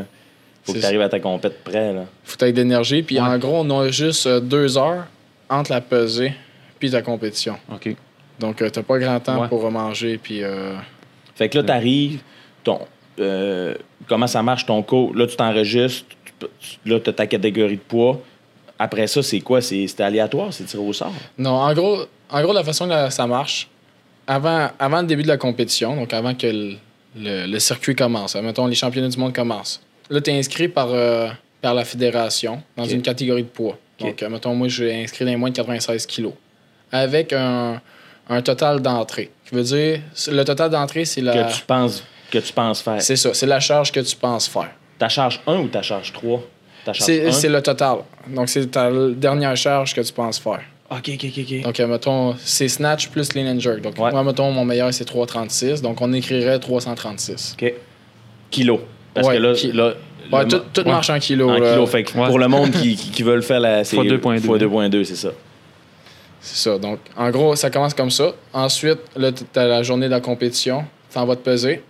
Faut
C'est
que tu arrives à ta compète prêt. Là.
faut être d'énergie. Puis
Ouais.
en gros, on a juste euh, deux heures entre la pesée puis ta compétition.
OK.
Donc, euh, t'as pas grand temps
Ouais.
pour manger. Puis, euh,
Fait que là, tu arrives, ton, euh, comment ça marche ton cours? Là, tu t'enregistres, tu peux- tu- là, tu as ta catégorie de poids. Après ça, c'est quoi? C'est c'est aléatoire, c'est tiré au sort.
Non, en gros, en gros, la façon dont ça marche, avant, avant le début de la compétition, donc avant que le, le- le circuit commence, hein, mettons les championnats du monde commencent, là, tu es inscrit par, euh, par la fédération dans
Ok.
une catégorie de poids.
Ok.
Donc, euh, mettons, moi, j'ai inscrit les moins de 96 kilos. Avec un, un total d'entrée. Qui veut dire, c'est- le total d'entrée, c'est la.
Que, tu penses, que tu penses faire.
Euh, C'est ça, c'est la charge que tu penses faire.
Ta charge 1 ou ta charge 3? Ta charge
C'est
1?
c'est le total. Donc, c'est ta dernière charge que tu penses faire.
OK, OK, OK. ok.
Donc, euh, mettons, c'est snatch plus lean and jerk. Donc,
Ouais.
moi, mettons, mon meilleur, c'est 336. Donc, on écrirait 336.
OK. Kilo. Parce
Ouais,
que là,
ki-
là
Ouais,
le-
tout, tout
ouais.
marche euh, en kilos.
en
là.
kilo. Fait que
Ouais.
pour le monde qui, qui, qui veut le faire, la, c'est
Fois 2.2.
fois 2.2, c'est ça.
C'est ça. Donc, en gros, ça commence comme ça. Ensuite, là, t'as la journée de la compétition. T'en vas te peser.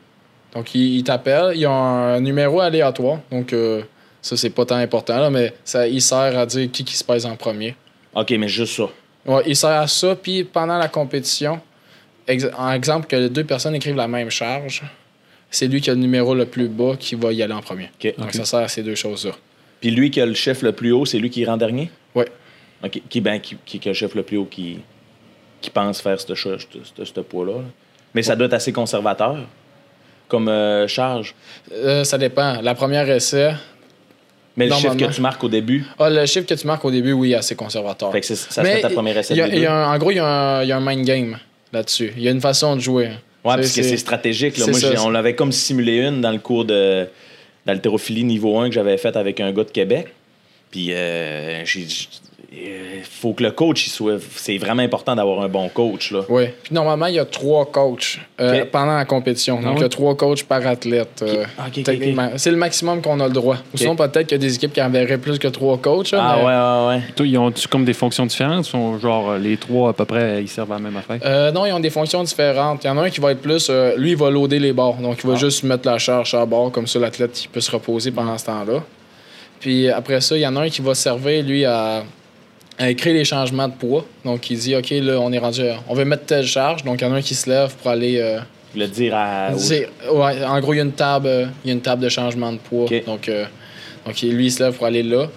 Donc, ils ils t'appellent. Ils ont un numéro aléatoire. Donc, euh, ça, c'est pas tant important, là, mais ça, il sert à dire qui, qui se pèse en premier.
OK, mais juste ça.
Ouais, il sert à ça. Puis pendant la compétition, ex- en exemple que les deux personnes écrivent la même charge, c'est lui qui a le numéro le plus bas qui va y aller en premier.
OK.
Donc ça sert à ces deux choses-là.
Puis lui qui a le chef le plus haut, c'est lui qui rend dernier?
Ouais.
OK. Qui, ben, qui, qui, qui a le chef le plus haut qui, qui pense faire ce cha- ce- ce- ce poids-là. là. Mais ça doit être assez conservateur comme euh, charge.
Euh, ça dépend. La première essai.
Mais le chiffre
Normalement.
que tu marques au début,
Ah, le chiffre que tu marques au début, oui, est assez conservateur.
fait que c'est- ça
Mais
serait ta première essai.
il y a-
de
il y
début.
a un- en gros, il y, a un- il y a un mind game là-dessus. Il y a une façon de jouer.
Ouais,
C'est-
parce que
c'est-
c'est stratégique. là.
c'est
Moi,
ça,
j'ai-
c'est-
on l'avait comme simulé une dans le cours de d'haltérophilie niveau 1 que j'avais fait avec un gars de Québec. Puis, euh, j'ai dit, euh, faut que le coach, il soit. C'est vraiment important d'avoir un bon coach. Là.
Oui. Puis normalement, il y a trois coachs euh,
Ok.
pendant la compétition. Donc,
ouais?
il y a trois coachs par athlète. euh,
Ah, ok, ok,
techniquement. C'est le maximum qu'on a le droit. Ou sinon, peut-être qu'il y a des équipes qui enverraient plus que trois coachs.
Ah,
mais-
ouais, ouais, ouais.
Toi, ils ont-tu comme des fonctions différentes? Sont, genre, euh, les trois, à peu près, ils servent à la même affaire?
Euh, non, ils ont des fonctions différentes. Il y en a un qui va être plus. euh, lui, il va loader les bords. Donc, il va
Ah.
juste mettre la charge à bord. Comme ça, l'athlète il peut se reposer pendant ce temps-là. Puis après ça, il y en a un qui va servir, lui, à, à créer les changements de poids. Donc, il dit OK, là, on est rendu. à- On veut mettre telle charge. Donc, il y en a un qui se lève pour aller. euh,
Le dire à. au-
dire- ouais, en gros, il y, a une table, euh, il y a une table de changement de poids.
OK.
Donc, euh, donc, lui, il se lève pour aller là.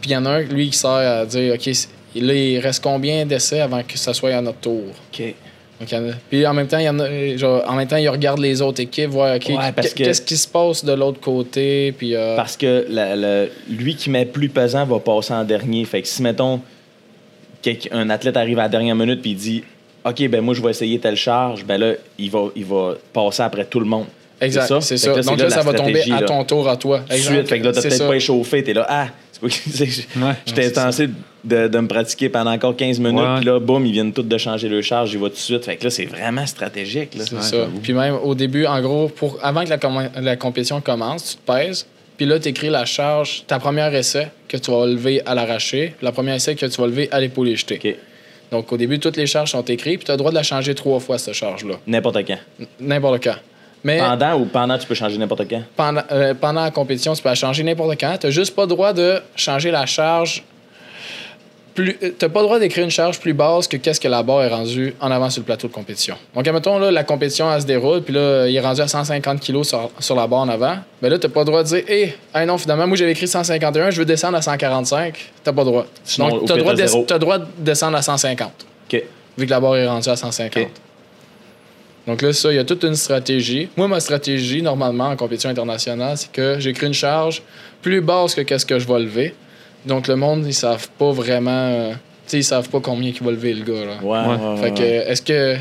Puis il y en a un, lui, qui sert à dire OK, c- là, il reste combien d'essais avant que ça soit à notre tour
Ok.
donc, il y en a- Puis en même temps, il y en a- genre, en même temps, ils regardent les autres équipes, voir ok,
Ouais, parce
qu'est-
que-
qu'est-ce qui se passe de l'autre côté. Puis, euh,
Parce que la- la- lui qui met plus pesant va passer en dernier. Fait que si, mettons, quelqu'un- un athlète arrive à la dernière minute puis il dit OK, ben moi, je vais essayer telle charge, ben là, il va, il va passer après tout le monde. c'est
exact,
ça.
c'est
Fait
ça.
que là, c'est
Donc
là
là,
la
ça va tomber
stratégie,
à
là.
ton tour, à toi.
Tout de
Exact,
suite. Fait que là, t'as
c'est
peut-être
ça.
pas échauffé. T'es là, ah, c'est pas- c'est- je-
Ouais.
J'étais censé de, de me pratiquer pendant encore 15 minutes,
Ouais.
puis là, boum, ils viennent tous de changer leur charge, ils vont tout de suite. Fait que là, c'est vraiment stratégique. Là.
C'est
Ouais,
ça.
j'avoue.
Puis même au début, en gros, pour, avant que la, com- la compétition commence, tu te pèses. Puis là, tu écris la charge, ta première essai que tu vas lever à l'arraché, la première essai que tu vas lever à l'épaule jetée.
OK.
Donc au début, toutes les charges sont écrites, puis tu as le droit de la changer trois fois, cette charge-là.
N'importe quand.
N- N'importe quand. Mais
Pendant ou pendant, tu peux changer n'importe quand.
pendant, euh, pendant la compétition, tu peux la changer n'importe quand. Tu n'as juste pas le droit de changer la charge. Tu n'as pas le droit d'écrire une charge plus basse que qu'est-ce que la barre est rendue en avant sur le plateau de compétition. Donc, admettons, là, la compétition, elle se déroule, puis là, il est rendu à 150 kg sur, sur la barre en avant. Mais là, tu n'as pas le droit de dire, hé, hey, non, finalement, moi, j'avais écrit 151, je veux descendre à 145. Tu pas le droit.
Sinon,
Donc,
au
tu as le droit de
pire, t'as zéro.
t'as le droit de descendre à 150
OK.
vu que la barre est rendue à 150.
Ok.
Donc là, ça, il y a toute une stratégie. Moi, ma stratégie, normalement, en compétition internationale, c'est que j'écris une charge plus basse que qu'est-ce que je vais lever. Donc le monde, ils savent pas vraiment... euh, tu sais, ils savent pas combien qu'il va lever, le gars, là.
Ouais, ouais, ouais,
Fait que,
ouais.
est-ce que...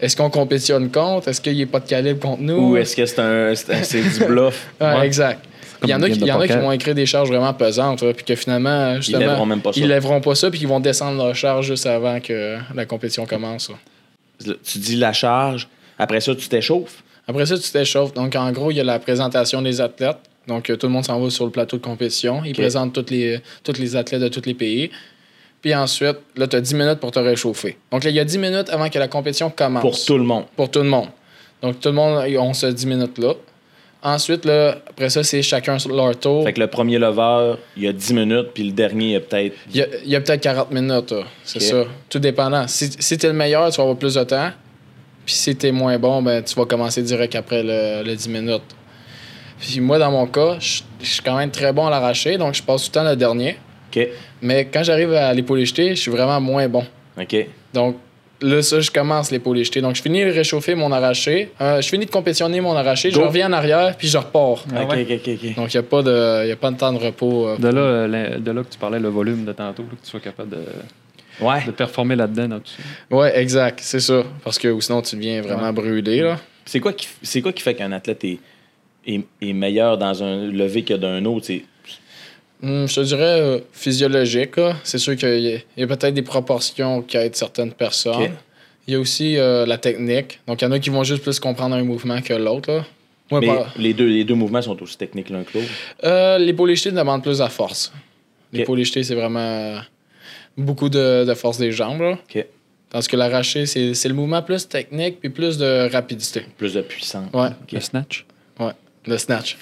Est-ce qu'on compétitionne contre? Est-ce qu'il n'y a pas de calibre contre nous?
Ou est-ce que c'est un, c'est un- c'est du bluff?
Ouais,
Ouais.
exact.
comme
Il y en a,
une game
qui,
de
il y en a qui
poker.
vont écrire des charges vraiment pesantes, là, puis que finalement, justement,
lèveront même pas ça.
ils lèveront pas ça, puis ils vont descendre leur charge juste avant que la compétition commence. là.
Tu dis la charge, après ça, tu t'échauffes.
Après ça, tu t'échauffes. Donc, en gros, il y a la présentation des athlètes. Donc, euh, tout le monde s'en va sur le plateau de compétition. Ils
Ok.
présentent tous les, toutes les athlètes de tous les pays. Puis ensuite, là, tu as 10 minutes pour te réchauffer. Donc, là, il y a 10 minutes avant que la compétition commence.
Pour tout le monde.
Pour tout le monde. Donc, tout le monde, on se 10 minutes-là. Ensuite, là, après ça, c'est chacun sur leur tour.
Fait que le premier lever, il y a 10 minutes, puis le dernier, il y a peut-être.
Il y a, il y a peut-être 40 minutes, là. c'est
Ok.
ça. Tout dépendant. Si, si t'es le meilleur, tu vas avoir plus de temps. Puis si t'es moins bon, ben, tu vas commencer direct après le, le 10 minutes. Puis moi, dans mon cas, je je suis quand même très bon à l'arraché, donc je passe tout le temps le dernier.
OK.
Mais quand j'arrive à l'épaule jetée, je suis vraiment moins bon.
OK.
Donc là, ça, je commence l'épaule jetée. Donc je finis de réchauffer mon arraché. Euh, je finis de compétitionner mon arraché. Je
Go.
reviens en arrière, puis je repars.
Ah
OK,
ouais.
OK, OK, OK.
Donc il n'y a, pas de- il y a pas de temps de repos. euh,
De là, euh, la- de là que tu parlais, le volume de tantôt, là, que tu sois capable de,
Ouais.
de performer là-dedans. dans tout ça.
Ouais, exact, c'est ça. Parce que ou sinon, tu viens vraiment brûlé. Là.
C'est quoi, qui- c'est quoi qui fait qu'un athlète est, est, est meilleur dans un lever que d'un autre? C'est-
Hum, je te dirais euh, physiologique. là. C'est sûr qu'il y a, il y a peut-être des proportions qui aident certaines personnes.
Ok.
Il y a aussi euh, la technique. Donc, il y en a qui vont juste plus comprendre un mouvement que l'autre. là. Moi,
Mais
par-
les, deux, les deux mouvements sont aussi techniques l'un que l'autre.
Euh, L'épaule jetée demande plus à force.
Ok.
L'épaule jetée, c'est vraiment euh, beaucoup de, de force des jambes. Là.
Ok.
Tandis que l'arraché, c'est c'est le mouvement plus technique puis plus de rapidité.
Plus de puissance.
Ouais,
Ok.
Le snatch.
le snatch.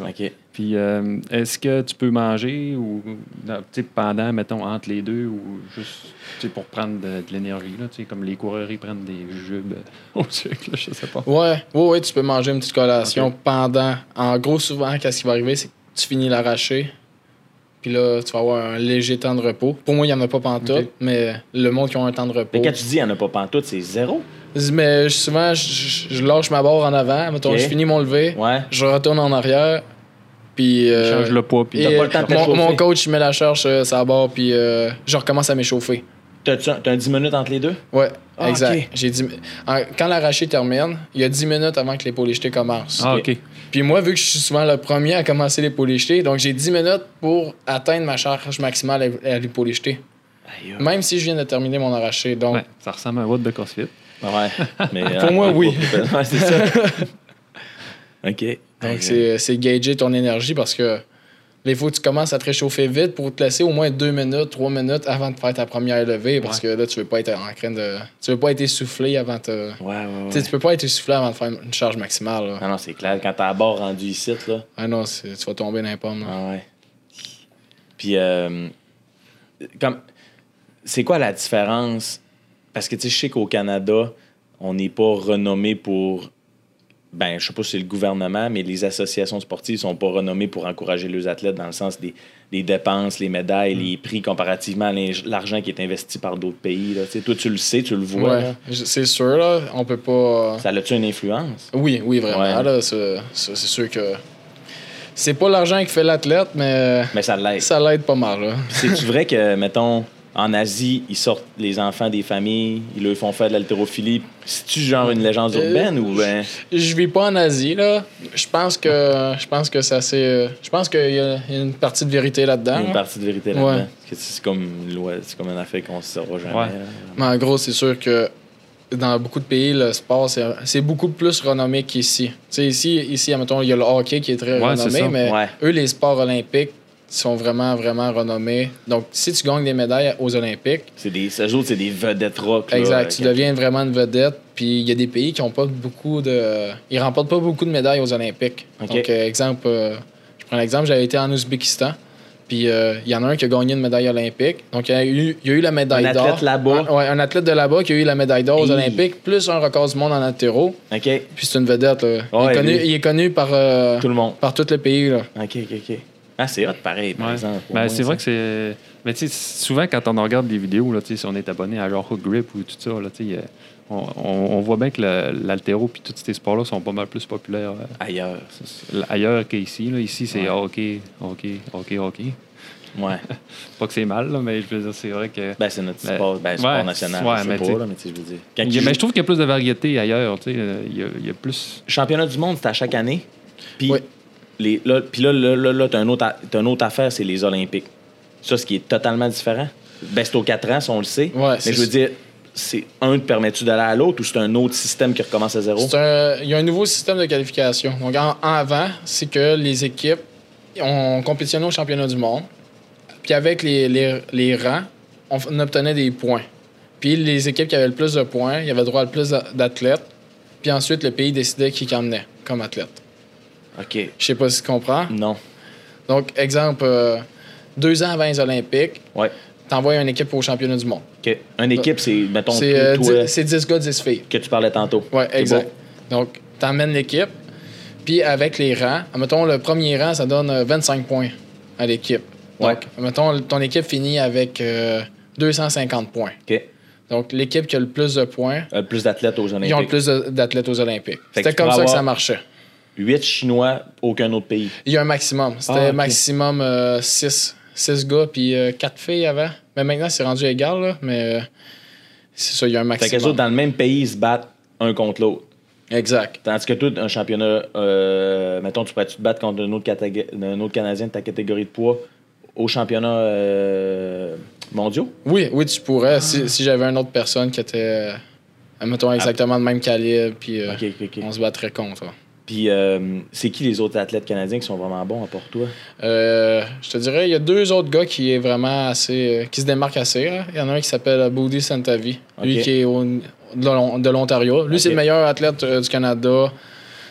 OK.
Puis, euh, est-ce que tu peux manger ou dans- tu sais, pendant, mettons, entre les deux ou juste tu sais, pour prendre de, de l'énergie, là, tu sais, comme les coureurs ils prennent des jubes au sucre, là, je sais pas.
Ouais, ouais, ouais, tu peux manger une petite collation pendant. En gros, souvent, qu'est-ce qui va arriver, c'est que tu finis l'arraché, puis là, tu vas avoir un léger temps de repos. Pour moi, il n'y en a pas pantoute,
Ok.
mais le monde qui a un temps de repos.
Mais quand tu dis qu'il n'y en a pas pantoute, c'est zéro.
Mais souvent, je- je je lâche ma barre en avant, mettons,
Ok.
je finis mon lever,
Ouais.
je retourne en arrière, puis. euh,
Change le poids, puis
et,
T'as pas le temps de
mon-
t'échauffer.
mon, coach, il met la charge euh, sur la barre, puis euh, je recommence à m'échauffer.
T'as-tu un, t'as un 10 minutes entre les deux?
Ouais,
Ah,
exact.
ok.
J'ai dit, quand l'arraché termine, il y a 10 minutes avant que l'épaule jetée commence.
Ah, ok.
Puis moi, vu que je suis souvent le premier à commencer l'épaule jetée, donc j'ai 10 minutes pour atteindre ma charge maximale à à l'épaule jetée.
Aïe,
Même si je viens de terminer mon arraché. Donc,
Ouais, ça ressemble à un watt de CrossFit.
Ouais. Mais, euh,
Pour moi, oui.
ouais, c'est ça. OK.
donc c'est, c'est gager ton énergie parce que les fois, tu commences à te réchauffer vite pour te laisser au moins 2 minutes, 3 minutes avant de faire ta première levée parce que là, tu veux pas être en train de. Tu veux pas être essoufflé avant de.
Ouais, ouais, ouais. Ah
Tu sais, tu peux pas être essoufflé avant de faire une charge maximale. là.
Non, non, c'est clair. Quand t'as la barre rendue ici, là.
Ah non, c'est- tu vas tomber dans les pommes. là.
Ah ouais. Puis, euh, comme, c'est quoi la différence? Parce que, tu sais, je sais qu'au Canada, on n'est pas renommé pour. Ben, je sais pas si c'est le gouvernement, mais les associations sportives sont pas renommées pour encourager les athlètes dans le sens des, des dépenses, les médailles, les prix comparativement à l'ing- l'argent qui est investi par d'autres pays. Là. Tu sais, Toi, tu le sais, tu le vois.
Ouais,
là.
je- c'est sûr, là. On peut pas.
Ça a-tu une influence?
Oui, oui, vraiment.
Ouais.
là, c'est c'est- c'est sûr que. C'est pas l'argent qui fait l'athlète, mais
Mais ça l'aide.
ça l'aide pas mal. là.
C'est-tu vrai que, mettons, en Asie, ils sortent les enfants des familles, ils leur font faire de l'haltérophilie? C'est-tu genre une légende
Euh,
urbaine ou ben.
Je vis pas en Asie, là. Je pense que. Je pense que ça c'est. Je pense qu'il y, a il y a une partie de vérité
il
là-dedans.
y a une
là.
partie de vérité là-dedans.
Ouais.
Parce que C'est comme une loi, c'est comme une affaire qu'on ne saura jamais.
Ouais.
là.
Mais en gros, c'est sûr que dans beaucoup de pays, le sport, c'est c'est beaucoup plus renommé qu'ici. Tu sais, ici, ici, admettons, il y a le hockey qui est très
Ouais, c'est
renommé,
ça.
mais
Ouais.
eux, les sports olympiques sont vraiment, vraiment renommés. Donc, si tu gagnes des médailles aux Olympiques,
C'est des, ce jour, c'est des vedettes rock. là,
Exact.
euh,
Tu
que-
deviens vraiment une vedette. Puis il y a des pays qui ont pas beaucoup de. Ils remportent pas beaucoup de médailles aux Olympiques.
Ok.
Donc, euh, exemple, euh, je prends l'exemple, j'avais été en Ouzbékistan. Puis euh, il y en a un qui a gagné une médaille olympique. Donc il y a eu, il y a eu la médaille
Un
d'or.
athlète là-bas.
Ouais, un athlète de là-bas qui a eu la médaille d'or aux
Hey.
Olympiques, plus un record du monde en altéro.
OK.
Puis c'est une vedette. là. il,
Ouais,
est connu,
lui.
il est connu par, euh,
Tout le monde.
par tout le pays. là.
OK, OK, OK. Ah, c'est hot pareil, par
Ouais.
exemple. au
Ben,
moins,
c'est
ça.
vrai que c'est. Mais tu sais, souvent, quand on regarde des vidéos, là, tu sais, si on est abonné à genre Hook Grip ou tout ça, là, tu sais, euh, on, on- on voit bien que le- l'altéro puis tous ces sports-là sont pas mal plus populaires euh,
Ailleurs.
ailleurs qu'ici. là. Ici, c'est hockey, hockey, hockey, hockey.
Ouais.
Pas que c'est mal, là, mais je veux dire, c'est vrai que.
Ben, c'est notre
Ben,
sport, ben, sport
ouais,
national.
ouais,
je sais
mais
pas,
t'sais-
là, mais tu sais, je veux dire. Quand
Il y a-
ils
mais
jouent-
je trouve qu'il y a plus de variété ailleurs. tu sais, euh, Il y, a, il y a plus.
championnat du monde, c'est à chaque année. Puis
Oui.
les- là, puis là, là, là, là, t'as un autre, a- t'as une autre affaire, c'est les Olympiques. Ça, ce qui est totalement différent. Ben, c'est aux 4 ans, ça, on le sait.
Ouais,
Mais
c'est-
je veux dire, c'est un te permet-tu d'aller à l'autre ou c'est un autre système qui recommence à zéro?
C'est un- Il y a un nouveau système de qualification. Donc, en, en avant, c'est que les équipes ont compétitionné au championnat du monde. Puis avec les, les- les rangs, on, f- on obtenait des points. Puis les équipes qui avaient le plus de points, il y avait droit à le plus d'a- d'athlètes. Puis ensuite, le pays décidait qui emmenait comme athlète.
OK.
Je sais pas si tu comprends.
Non.
Donc, exemple, euh, deux ans avant les Olympiques,
Ouais.
t'envoies une équipe au championnat du monde.
OK. Une équipe, c'est, mettons,
C'est
toi-
euh,
toi,
dix- c'est 10 gars, 10 filles.
que tu parlais tantôt.
Ouais,
C'est
exact.
bon.
Donc, t'emmènes l'équipe, puis avec les rangs, mettons le premier rang, ça donne euh, 25 points à l'équipe.
Ouais.
Donc, mettons ton équipe finit avec euh, 250 points.
OK.
Donc, l'équipe qui a le plus de points,
Euh, plus d'athlètes aux
ils ont le
Olympiques.
plus de- d'athlètes aux Olympiques.
Fait que
C'était
tu
comme
peux
ça que
avoir-
ça marchait.
Huit Chinois, aucun autre pays.
Il y a un maximum. C'était
Ah, ok.
maximum 6 gars, puis 4 filles avant. Mais maintenant, c'est rendu égal, là, mais euh, c'est ça, il y a un
Fait que les
maximum.
autres, dans le même pays, ils se battent un contre l'autre.
Exact.
Tandis que toi, un championnat, euh, mettons, tu pourrais-tu te battre contre un autre, catég- un autre Canadien de ta catégorie de poids au championnat euh, mondiaux?
Oui, oui, tu pourrais.
Ah.
Si, si j'avais une autre personne qui était, euh, mettons, exactement le même calibre, puis euh,
OK, OK, OK.
on se battrait contre. hein.
Puis, euh, c'est qui les autres athlètes canadiens qui sont vraiment bons à part toi?
Euh, je te dirais, il y a deux autres gars qui est vraiment assez, euh, qui se démarquent assez. là. Il y en a un qui s'appelle Bodhi Santavi, lui
Ok.
qui est au- de l'On- de l'Ontario. Lui, c'est
Ok.
le meilleur athlète euh, du Canada.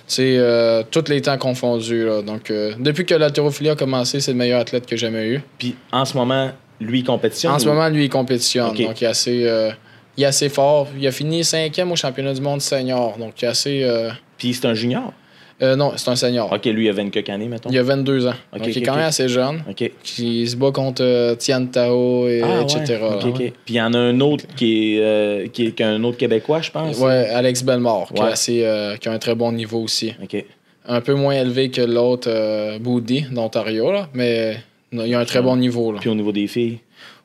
C'est tous les temps confondus. là. Donc, euh, depuis que l'haltérophilie a commencé, c'est le meilleur athlète que j'ai jamais eu.
Puis, en ce moment, lui, il compétitionne?
En ce
ou-
moment, lui, il compétitionne.
Ok.
Donc, il est, assez, euh, il est assez fort. Il a fini cinquième au championnat du monde senior. Donc, il est assez. euh,
Puis, c'est un junior?
euh, non, c'est un senior.
OK, lui, il a 24 années, mettons.
Il a 22 ans.
Ok,
donc, il est
ok,
quand
ok.
même assez jeune.
OK.
Il se bat contre euh, Tian Tao, et,
Ah, ouais.
etc.
OK, OK. Puis il y en a un autre qui est, euh, qui est, qui est un autre Québécois, je pense.
Ouais, Alex Belmore, Qui, est
Ouais.
assez, euh, qui a un très bon niveau aussi.
OK.
Un peu moins élevé que l'autre euh, Boody d'Ontario, là, mais non, il a un très bon niveau. Là.
Puis au niveau des filles,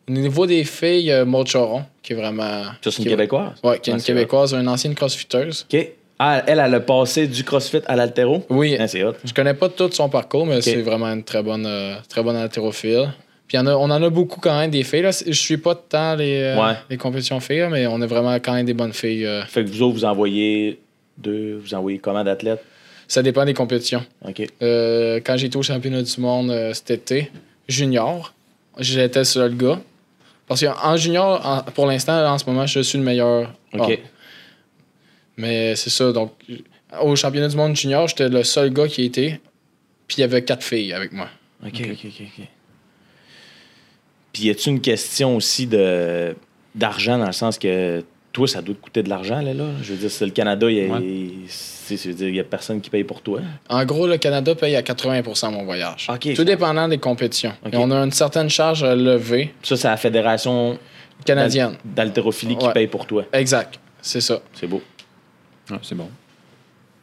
Au niveau des filles, il y a Maud Choron, qui est vraiment.
ça, c'est
qui
une
est-
Québécoise.
Ouais, qui est une
Ah, c'est
Québécoise, une ancienne crossfiteuse.
hot. OK. Ah, elle, elle a passé du CrossFit à l'altéro.
Oui,
Ah, c'est hot.
Je connais pas tout son parcours, mais c'est vraiment une très bonne, euh, très bonne haltérophile. Puis il y en a- on en a beaucoup quand même des filles. Là. Je suis pas tant les, euh,
Ouais.
les compétitions filles, là, mais on a vraiment quand même des bonnes filles. euh.
Fait que vous autres, vous envoyez deux, vous envoyez comment d'athlètes?
Ça dépend des compétitions.
OK.
Euh, quand j'étais au championnat du monde euh, cet été, junior, j'étais le seul gars. Parce qu'en junior, en- pour l'instant, en ce moment, je suis le meilleur.
OK.
homme. Mais c'est ça. Donc, au championnat du monde junior, j'étais le seul gars qui était. Puis il y avait quatre filles avec moi.
OK, OK, OK. ok. Puis y a-tu une question aussi de d'argent dans le sens que toi, ça doit te coûter de l'argent, là, là? Je veux dire, c'est le Canada, il y a,
Ouais.
il- c'est- je veux dire, il y a personne qui paye pour toi.
En gros, le Canada paye à 80 mon voyage.
OK.
Tout dépendant des compétitions.
OK.
Et on a une certaine charge à lever
Ça, c'est la Fédération
canadienne.
d'al- d'haltérophilie qui
Ouais.
paye pour toi.
Exact. C'est ça.
C'est beau.
Ah, c'est bon.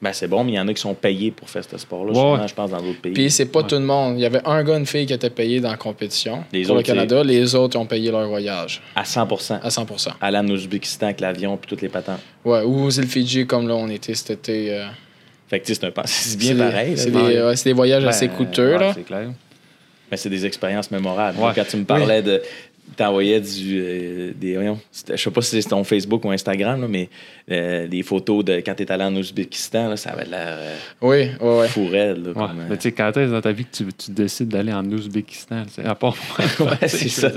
Ben, c'est bon, mais il y en a qui sont payés pour faire ce sport-là,
Ouais,
souvent,
ouais.
je pense, dans d'autres pays.
Puis c'est pas
Ouais.
tout le monde. Il y avait un gars, une fille qui était payée dans la compétition
Les
pour le
autres, c'est-
Canada. Les autres ont payé leur voyage
à 100
à 100
Allant aux Uzbekistan avec l'avion puis toutes les patentes.
Ouais, ou aux îles Fidji, comme là, on était cet été. euh,
Fait que, tu sais, c'est un pas- c'est bien
c'est-
pareil. là,
C'est des, euh,
mais-
ouais, c'est des voyages
Ben,
assez coûteux,
ouais,
là.
C'est clair.
Mais c'est des expériences mémorables.
Ouais.
Quand tu me parlais de. T'envoyais du. euh, des, voyons, c'était- je sais pas si c'est ton Facebook ou Instagram, là, mais euh, des photos de quand t'es allé en Ouzbékistan, là, ça avait l'air euh,
Oui, ouais, ouais.
fou raide, là,
Ouais.
comme, euh,
Mais tu sais, quand est-ce dans ta vie que tu, tu décides d'aller en Ouzbékistan? c'est À part
euh, ouais, c'est ça.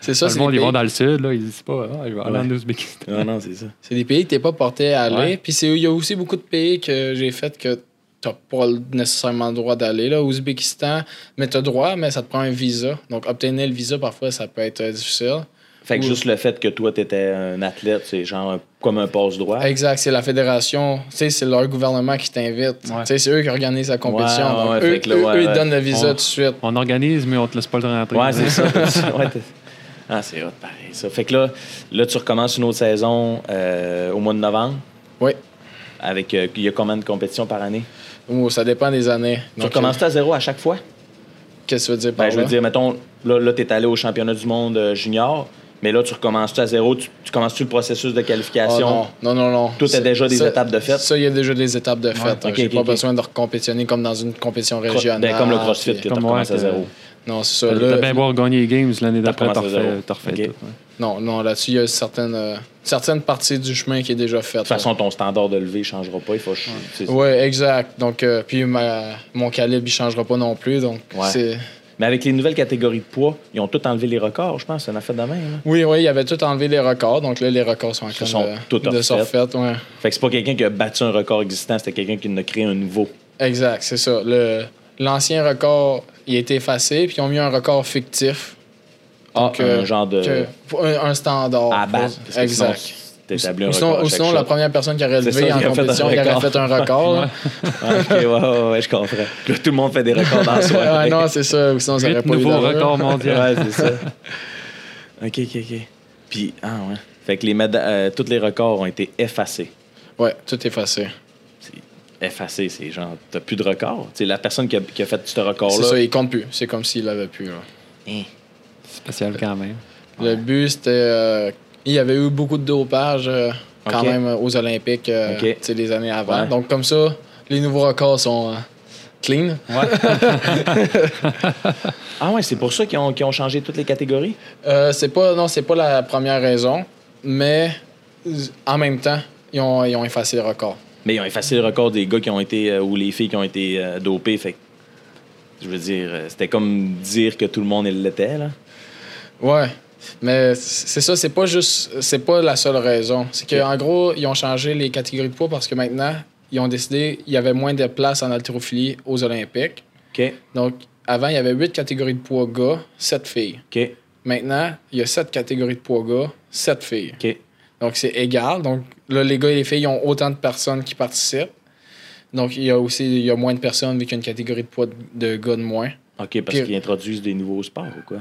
C'est ça,
Tout le
c'est des,
monde, ils
pays-
vont dans le sud, là, ils disent pas, ah, je vais aller
Ouais.
en Ouzbékistan.
Non, non, c'est ça.
c'est des pays que t'es pas porté à aller.
Ouais.
Puis c'est- il y a aussi beaucoup de pays que j'ai fait que t'as pas nécessairement le droit d'aller. Là, Ouzbékistan, mais t'as droit, mais ça te prend un visa. Donc obtenir le visa, parfois, ça peut être euh, difficile.
Fait que
Oui.
juste le fait que toi, t'étais un athlète, c'est genre un- comme un passe-droit.
Exact, c'est la fédération, tu sais, c'est leur gouvernement qui t'invite.
Ouais.
Tu sais, C'est eux qui organisent la compétition.
Ouais, ouais,
donc
ouais,
eux,
fait que là,
eux-
ouais,
eux, ils
ouais.
donnent le visa
On-
tout de suite.
On organise, mais on te laisse pas le rentrer.
Ouais, c'est ça. t'as dit. Ouais, t'as- ah, c'est hot, pareil, ça. Fait que là, là tu recommences une autre saison euh, au mois de novembre.
Oui,
Avec, euh, il y a combien de compétitions par année?
Ou ça dépend des années.
Tu
Donc, euh,
recommences à zéro à chaque fois?
Qu'est-ce que tu veux dire par
Ben, je veux
là?
dire, mettons, là, là tu es allé au championnat du monde euh, junior, Mais là, tu recommences-tu à zéro? Tu, tu commences-tu le processus de
Oh,
qualification?
non, non, non, non.
Toi, t'as
Ça-
déjà des
ça-
étapes de fait?
Ça, il y a déjà des étapes de fait.
Ouais,
hein.
ok,
J'ai
ok,
pas
ok.
besoin de recompétitionner comme dans une compétition
Cro-
régionale. hein,
ben, comme le CrossFit, que tu
puis-
Comme
recommences
ouais,
à
que-
zéro.
Non, c'est ça.
T'as
Là,
bien beau gagner les games l'année d'après, t'as
recommences à
refait
zéro.
t'as refait
Ok.
tout. ouais.
non, non, là-dessus, il y a certaines, euh, certaines parties du chemin qui est déjà faite.
De toute façon, ton standard de lever ne changera pas. Il faut. c'est-
Oui, exact. Donc, euh, puis ma- mon calibre, il changera pas non plus. Donc,
Ouais.
c'est.
Mais avec les nouvelles catégories de poids, ils ont tout enlevé les records, je pense. C'est une affaire de même. hein.
Oui, oui, il avait tout enlevé les records. Donc là, les records sont en
Se
train
sont
de,
tout
de se
refaits.
refaire, ouais.
Fait que c'est pas quelqu'un qui a battu un record existant, c'était quelqu'un qui en a créé un nouveau.
Exact, c'est ça. Le- L'ancien record, il a été effacé, puis ils ont mis un record fictif.
Ah,
Donc, euh,
un genre de.
que- pour un, un standard.
à battre. parce que
Exact.
sinon, tu établis un
Ou
record.
sinon,
à
ou
chaque
sinon
shot.
la première personne qui aurait
C'est
levé
ça,
en
il aurait fait un
compétition, il aurait
record.
fait un record. là.
Ah, ok, ouais, ouais, ouais, je comprends. Là, tout le monde fait des records dans la soirée.
Ah, non, c'est ça. Ou sinon, ça aurait
Huit
pas eu
nouveaux
d'allure.
records mondiaux.
Ouais, c'est ça. Oh OK, OK, OK. Puis, ah ouais. Fait que les méda- euh, tous les records ont été effacés.
Ouais, tout effacé.
Effacés, c'est genre, t'as plus de records. Tu sais, la personne qui a, qui a fait ce
C'est
record-là.
ça, il compte plus. C'est comme s'il l'avait plus. là.
Hein.
Spécial quand même.
Le but, c'était. euh, il y avait eu beaucoup de dopage euh, quand
Ok.
même euh, aux Olympiques euh,
Ok.
tu sais, les années avant.
Ouais.
Donc, comme ça, les nouveaux records sont euh, clean.
Ah ouais, c'est pour ça qu'ils ont, qu'ils ont changé toutes les catégories?
Euh, c'est pas, non, c'est pas la première raison, mais euh, en même temps, ils ont, ils ont effacé le record.
Mais ils ont effacé le record des gars qui ont été euh, ou les filles qui ont été euh, dopées. Fait que, je veux dire, euh, c'était comme dire que tout le monde il l'était là.
Ouais. Mais c- c'est ça, c'est pas juste. C'est pas la seule raison. C'est qu'en gros, ils ont changé les catégories de poids parce que maintenant, ils ont décidé qu'il y avait moins de place en haltérophilie aux Olympiques.
Ok,
Donc, avant, il y avait huit catégories de poids gars, sept filles.
ok,
Maintenant, il y a sept catégories de poids gars, sept filles.
ok.
Donc, c'est égal. Donc, là, les gars et les filles, ils ont autant de personnes qui participent. Donc, il y a aussi il y a moins de personnes, vu qu'il y a une catégorie de poids de, de gars de moins.
Ok, parce
Puis-
qu'ils introduisent des nouveaux sports ou quoi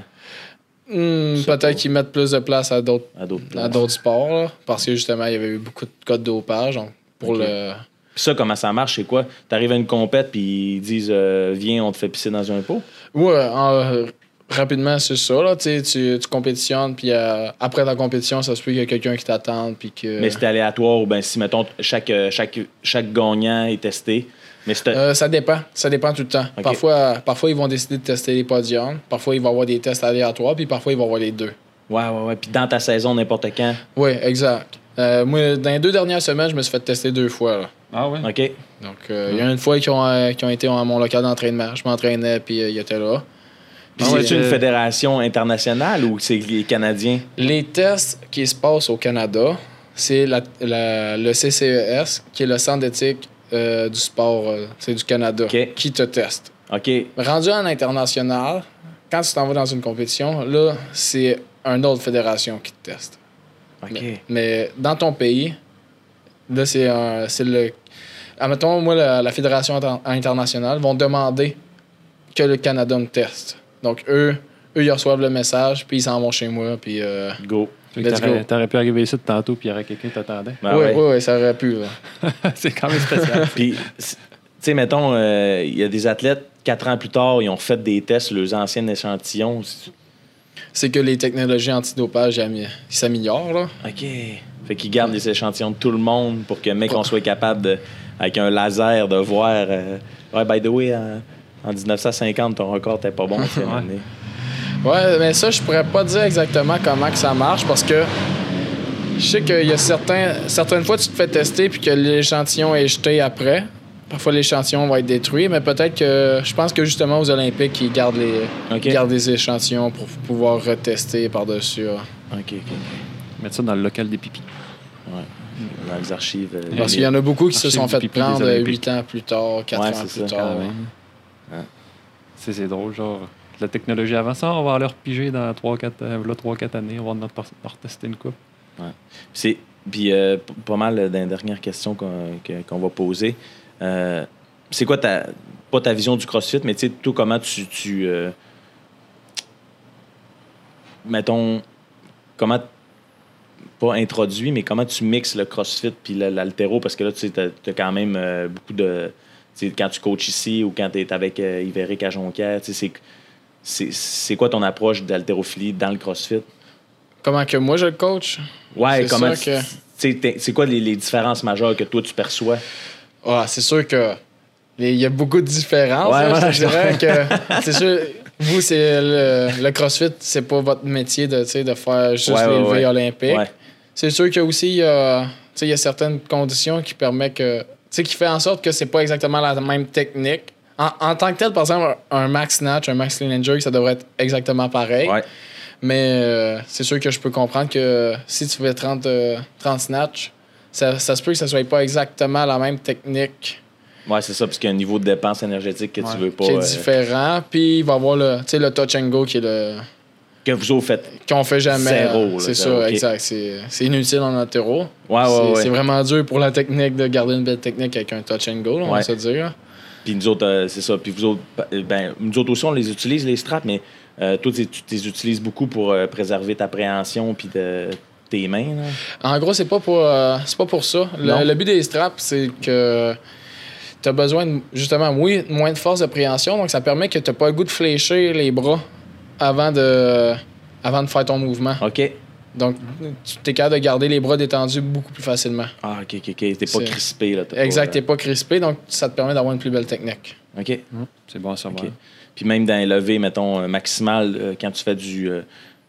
Hmm,
C'est pas-
Peut-être qu'ils mettent plus de place à d'autres
à d'autres
à
places.
d'autres sports, là, parce que justement, il y avait eu beaucoup de cas de dopage. Donc, pour
Ok.
le.
Puis ça, comment ça marche C'est quoi T'arrives à une compète puis ils disent euh, viens, on te fait pisser dans un pot.
Ouais, en- euh, rapidement, c'est ça. Là, tu, sais, tu tu compétitionnes, puis euh, après ta compétition, ça se peut qu'il y a quelqu'un qui t'attende, puis que.
Mais c'était aléatoire ou ben si mettons chaque euh, chaque chaque gagnant est testé. Mais c'était
Euh, ça dépend. Ça dépend tout le temps.
Ok.
Parfois, euh, parfois, ils vont décider de tester les podiums. Parfois, ils vont avoir des tests aléatoires. Puis parfois, ils vont avoir les deux.
ouais ouais ouais. Puis dans ta saison n'importe quand.
Oui, exact. Euh, moi, dans les deux dernières semaines, je me suis fait tester deux fois. là.
Ah ouais?
Ok.
Donc, euh, il y a une fois qu'ils ont, euh, qu'ils ont été à mon local d'entraînement. Je m'entraînais, puis euh, ils étaient là.
Puis
Ah ouais,
c'est
euh,
une fédération internationale ou c'est les Canadiens
Les tests qui se passent au Canada, c'est la- la- le CCES, qui est le Centre d'éthique euh, du sport euh, c'est du Canada,
Ok.
qui te teste.
Ok.
Rendu à l'international, quand tu t'en vas dans une compétition, là, c'est une autre fédération qui te teste.
Ok.
Mais dans ton pays, là, c'est un- c'est le. Admettons, moi, la, la fédération inter- internationale vont demander que le Canada me teste. Donc, eux, eux ils reçoivent le message, puis ils s'en vont chez moi, puis. euh,
Go.
Fait que
Let's
T'aurais
go.
t'aurais pu arriver ici de tantôt, puis il y aurait quelqu'un qui t'attendait.
Ben
oui,
ouais.
oui, oui, ça aurait pu. là.
c'est quand même spécial.
Puis, c- tu sais, mettons, euh, il y a des athlètes, quatre ans plus tard, ils ont fait des tests, leurs anciens échantillons. C'est-
C'est que les technologies antidopage ami- s'améliorent, là.
OK. Fait qu'ils gardent les échantillons de tout le monde pour que, mec, on soit capable, de, avec un laser, de voir. euh, ouais, by the way, en, en 1950, ton record était pas bon. tu sais, à un moment donné.
Ouais, mais ça, je pourrais pas dire exactement comment que ça marche parce que je sais qu'il y a certains, certaines fois, tu te fais tester puis que l'échantillon est jeté après. Parfois, l'échantillon va être détruit, mais peut-être que je pense que justement aux Olympiques, ils gardent les,
OK.
ils gardent les échantillons pour pouvoir retester par-dessus. là.
OK, OK.
Mettre ça dans le local des pipis.
Dans les archives. euh,
Parce
les-
qu'il y en a beaucoup qui se
Archives
sont
du
fait
pipi des
prendre
Olympiques.
8 ans plus tard, 4
Ouais,
ans
c'est
plus
ça,
tard.
quand même.
Ouais.
C'est c'est drôle, genre, la technologie avant ça, on va leur piger dans 3-4 euh, voilà, 3-4 années, on va en repar- en retester une coupe.
C'est puis euh, p- pas mal d'une dernière question qu'on que- qu'on va poser. Euh, c'est quoi ta pas ta vision du CrossFit, mais tu sais tout comment tu tu euh, mettons comment pas introduit, mais comment tu mixes le CrossFit puis le- l'altéro parce que là tu as, quand même euh, beaucoup de tu sais, quand tu coaches ici ou quand tu es avec euh, Iveric à Jonquière, tu sais, c'est c'est c'est quoi ton approche d'haltérophilie dans le CrossFit
Comment que moi je le coach?
Ouais,
C'est
comment.
sûr que-
tu- tu sais, t'es- C'est quoi les, les différences majeures que toi tu perçois?
Ah, c'est sûr que les- il y a beaucoup de différences.
Ouais,
là,
voilà,
je te dirais que c'est sûr, vous, c'est le, le CrossFit, c'est pas votre métier de, tu sais, de faire juste
Ouais, ouais,
les levées
ouais.
olympiques.
Ouais.
C'est sûr que aussi il y a, tu sais, il y a certaines conditions qui permettent que tu sais, qui fait en sorte que c'est pas exactement la même technique. En, en tant que tel, par exemple, un max snatch, un max clean and jerk, ça devrait être exactement pareil.
Ouais.
Mais euh, c'est sûr que je peux comprendre que si tu fais 30, euh, 30 snatch, ça, ça se peut que ça soit pas exactement la même technique
Ouais, c'est ça, parce qu'il y a un niveau de dépense énergétique que tu veux pas.
qui est
euh,
différent. Puis il va y avoir le, tu sais, le touch and go qui est le
que vous autres faites.
qu'on fait jamais.
Zéro,
euh,
là,
c'est ça,
zéro, ok.
exact. C'est c'est inutile en altéro.
Ouais, ouais,
c'est
ouais.
c'est vraiment dur pour la technique de garder une belle technique avec un touch and go, là, on
Ouais.
va se dire.
Puis nous autres, euh, c'est ça. Puis vous autres, euh, ben, nous autres aussi, on les utilise, les straps, mais euh, toi, tu tu les utilises beaucoup pour euh, préserver ta préhension puis de- tes mains. là.
En gros, c'est pas pour euh, c'est pas pour ça.
Non.
Le, le but des straps, c'est que tu as besoin de- justement oui, de moins de force de préhension, donc ça permet que tu pas le goût de fléchir les bras avant de avant de faire ton mouvement.
OK.
Donc tu es capable de garder les bras détendus beaucoup plus facilement.
Ah, OK, OK, OK. T'es pas
C'est-
crispé, là. t'as pas,
Exact,
euh,
t'es pas crispé, donc ça te permet d'avoir une plus belle technique.
OK.
Hum. C'est bon à savoir.
OK. Puis même dans les levées, mettons, euh, maximales, euh, quand tu fais du, euh,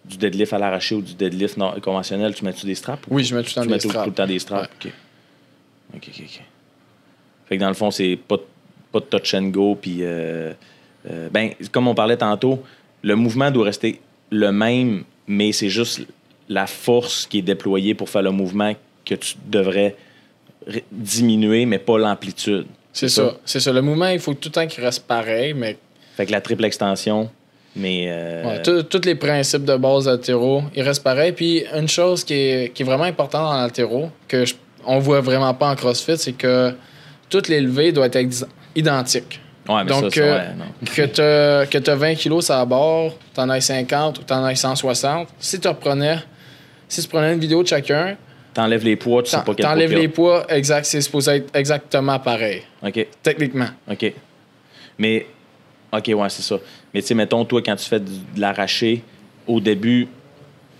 du deadlift à l'arraché ou du deadlift non- conventionnel, tu mets-tu des straps? ou
Oui, je mets tout le temps
tu
des
mets tout, tout
straps.
le temps des straps? OK. OK, OK, OK. Fait que dans le fond, c'est pas, pas de touch and go. Puis, euh, euh, ben, comme on parlait tantôt, le mouvement doit rester le même, mais c'est juste la force qui est déployée pour faire le mouvement que tu devrais ré- diminuer, mais pas l'amplitude.
C'est
ça.
ça. C'est ça. Le mouvement, il faut tout le temps qu'il reste pareil, mais
Fait que la triple extension, mais... euh,
ouais, tout- tous les principes de base d'altéro, ils restent pareils. Puis une chose qui est, qui est vraiment importante dans l'altéro, que je- on voit vraiment pas en CrossFit, c'est que toutes les levées doivent être ex- identiques.
Ouais, mais
Donc,
ça, ça,
euh,
ouais, non.
Que tu que t'as 20 kilos à bord, t'en as 50 ou t'en as 160, si tu reprenais, si tu prenais une vidéo de chacun,
T'enlèves les poids, tu sais
t'en-
pas quel poids.
t'enlèves
qu'il y a.
les poids, exact, c'est supposé être exactement pareil,
OK,
techniquement.
OK. Mais, OK, ouais, c'est ça. Mais tu sais, mettons, toi, quand tu fais du- de l'arraché, au début,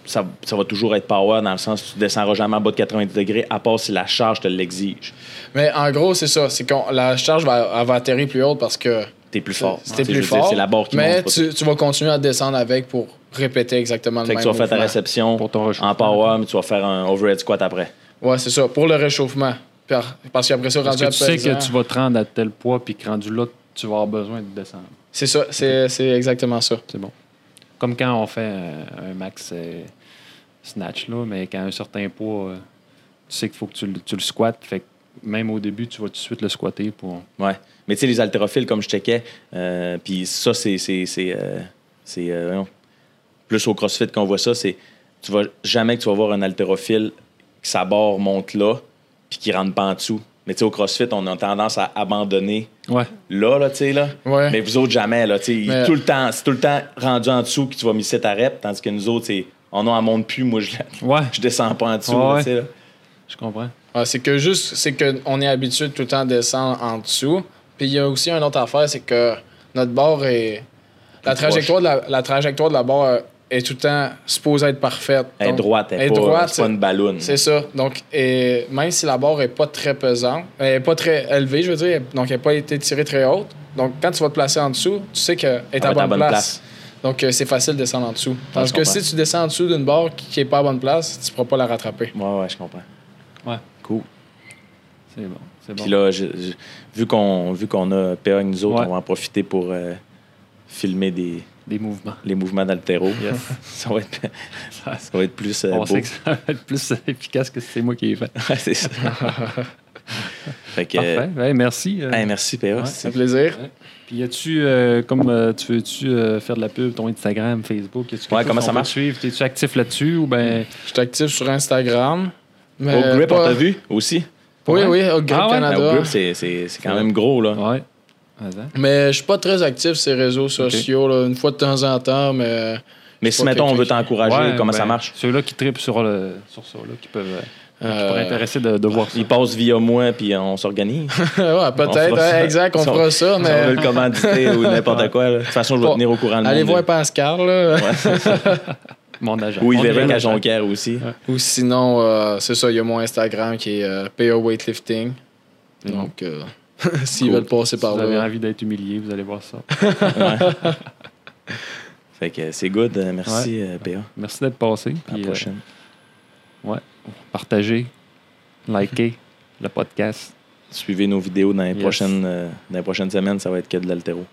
ça, ça va toujours être power dans le sens que tu descendras jamais en bas de 90 degrés, à part si la charge te l'exige.
Mais en gros, c'est ça. C'est qu'on la charge va, elle va atterrir plus haute parce que
T'es plus fort.
c'était
Tu sais,
plus
je veux dire,
fort.
C'est la barre qui
mais
monte. pas
tu, tu vas continuer à descendre avec pour répéter exactement
tout.
le
Fait que
même
tu vas faire ta
mouvement.
réception
Pour ton
en
réchauffement.
power, mais tu vas faire un overhead squat après.
Ouais, c'est ça. Pour le réchauffement. Par- Parce qu'après ça,
Parce
rendu
que
à
tu sais que
pesant-
tu vas te rendre à tel poids, puis que rendu là, tu vas avoir besoin de descendre.
C'est ça. C'est c'est exactement ça.
C'est bon. Comme quand on fait un, un max euh, snatch, là, mais quand un certain poids, euh, tu sais qu'il faut que tu, le- tu le squattes. Fait que même au début, tu vas tout de suite le squatter pour.
Ouais. Mais tu sais, les haltérophiles, comme je checkais, euh, puis ça, c'est. C'est c'est, euh, c'est, euh, voyons, plus au CrossFit qu'on voit ça, c'est. Tu vas jamais que tu vas voir un haltérophile que sa barre monte là, puis qui rentre pas en dessous. Mais tu sais, au CrossFit, on a tendance à abandonner
Ouais.
là, là, tu sais, là.
Ouais.
Mais vous autres, jamais, là, tu sais.
Mais- euh,
Tout le temps, c'est tout le temps rendu en dessous que tu vas misser ta rep, tandis que nous autres, c'est. Oh non, elle monte plus, moi, je, la-
Ouais,
je descends pas en dessous,
Ouais,
là,
ouais.
tu sais, là.
je comprends.
Ouais, c'est que juste, c'est qu'on est habitué de tout le temps descendre en dessous. Puis il y a aussi une autre affaire, c'est que notre barre est. La
Plus proche.
trajectoire, de la, la trajectoire de la barre euh, est tout le temps supposée être parfaite.
Elle est
Donc,
droite, elle est
elle est
pas,
droite,
c'est pas une balloune.
C'est ça. Donc, et même si la barre est pas très pesante, elle est pas très élevée, je veux dire, donc elle n'a pas été tirée très haute. Donc, quand tu vas te placer en dessous, tu sais qu'elle est
va
à
être à
bonne
bonne
place.
place.
Donc, euh, c'est facile de descendre en dessous. Parce
je
que
comprends.
si tu descends en dessous d'une barre qui qui est pas à bonne place, tu ne pourras pas la rattraper.
Ouais, ouais, je comprends.
Ouais.
Cool.
C'est bon. C'est bon.
Puis là, je- je- vu qu'on vu qu'on a PA avec nous autres,
Ouais.
on va en profiter pour euh, filmer des,
Des mouvements.
les mouvements d'altéro.
Yes.
ça, va être,
Ça-
ça va être plus euh,
on
beau.
sait que ça va être plus efficace que si c'est moi qui ai fait.
Ouais, c'est ça. fait que, euh,
Parfait. Ouais, merci. euh.
hey, merci PA.
Ouais.
c'est-
C'est un plaisir.
Puis y a-tu, euh, comme euh, tu veux-tu euh, faire de la pub, ton Instagram, Facebook? y a-tu quelque
Ouais,
chose
comment
qu'on
ça
peut
marche?
Suivre? T'es-tu actif là-dessus ou ben
Je suis actif sur Instagram. mais
Au grip, on
pas-
t'a vu aussi. Ben,
Oui,
Ouais.
oui, au Grip
Ah ouais?
Au
Canada.
grip, c'est- c'est c'est quand même gros, là.
Ouais. Vas-y.
mais je suis pas très actif sur les réseaux sociaux, là, une fois de temps en temps, mais
Mais si,
pas
mettons, on
quelqu'un
veut
qui-
t'encourager,
Ouais,
comment
ben,
ça marche?
Ceux-là qui tripent sur, le, sur ça, là, qui peuvent. euh, qui
euh,
pourraient être intéressés de, de voir ça.
Il passe via moi, puis on s'organise.
ouais, peut-être,
fera ça.
hein, exact, on
Si on-
fera ça,
Si on veut
mais
le commanditer ou n'importe quoi. là. De toute façon, je vais
Bon,
tenir au courant le
allez
monde.
voir Pascal, là.
Ouais, c'est ça.
Mon agent.
Ou
Mon
Yves à
agent.
Jonquière aussi.
Ou sinon, euh, c'est ça, il y a mon Instagram qui est euh, PA Weightlifting. Donc, euh, s'ils
Cool.
veulent passer
Mm-hmm. Si
par
vous avez
là.
envie d'être humilié, vous allez voir ça.
Ouais. fait que c'est good. Euh, Merci, euh, PA.
Merci d'être passé.
À la
Puis, euh,
prochaine.
partagez, likez le podcast.
Suivez nos vidéos dans les,
Yes.
prochaines, euh, dans les prochaines semaines. Ça va être que de l'altéro.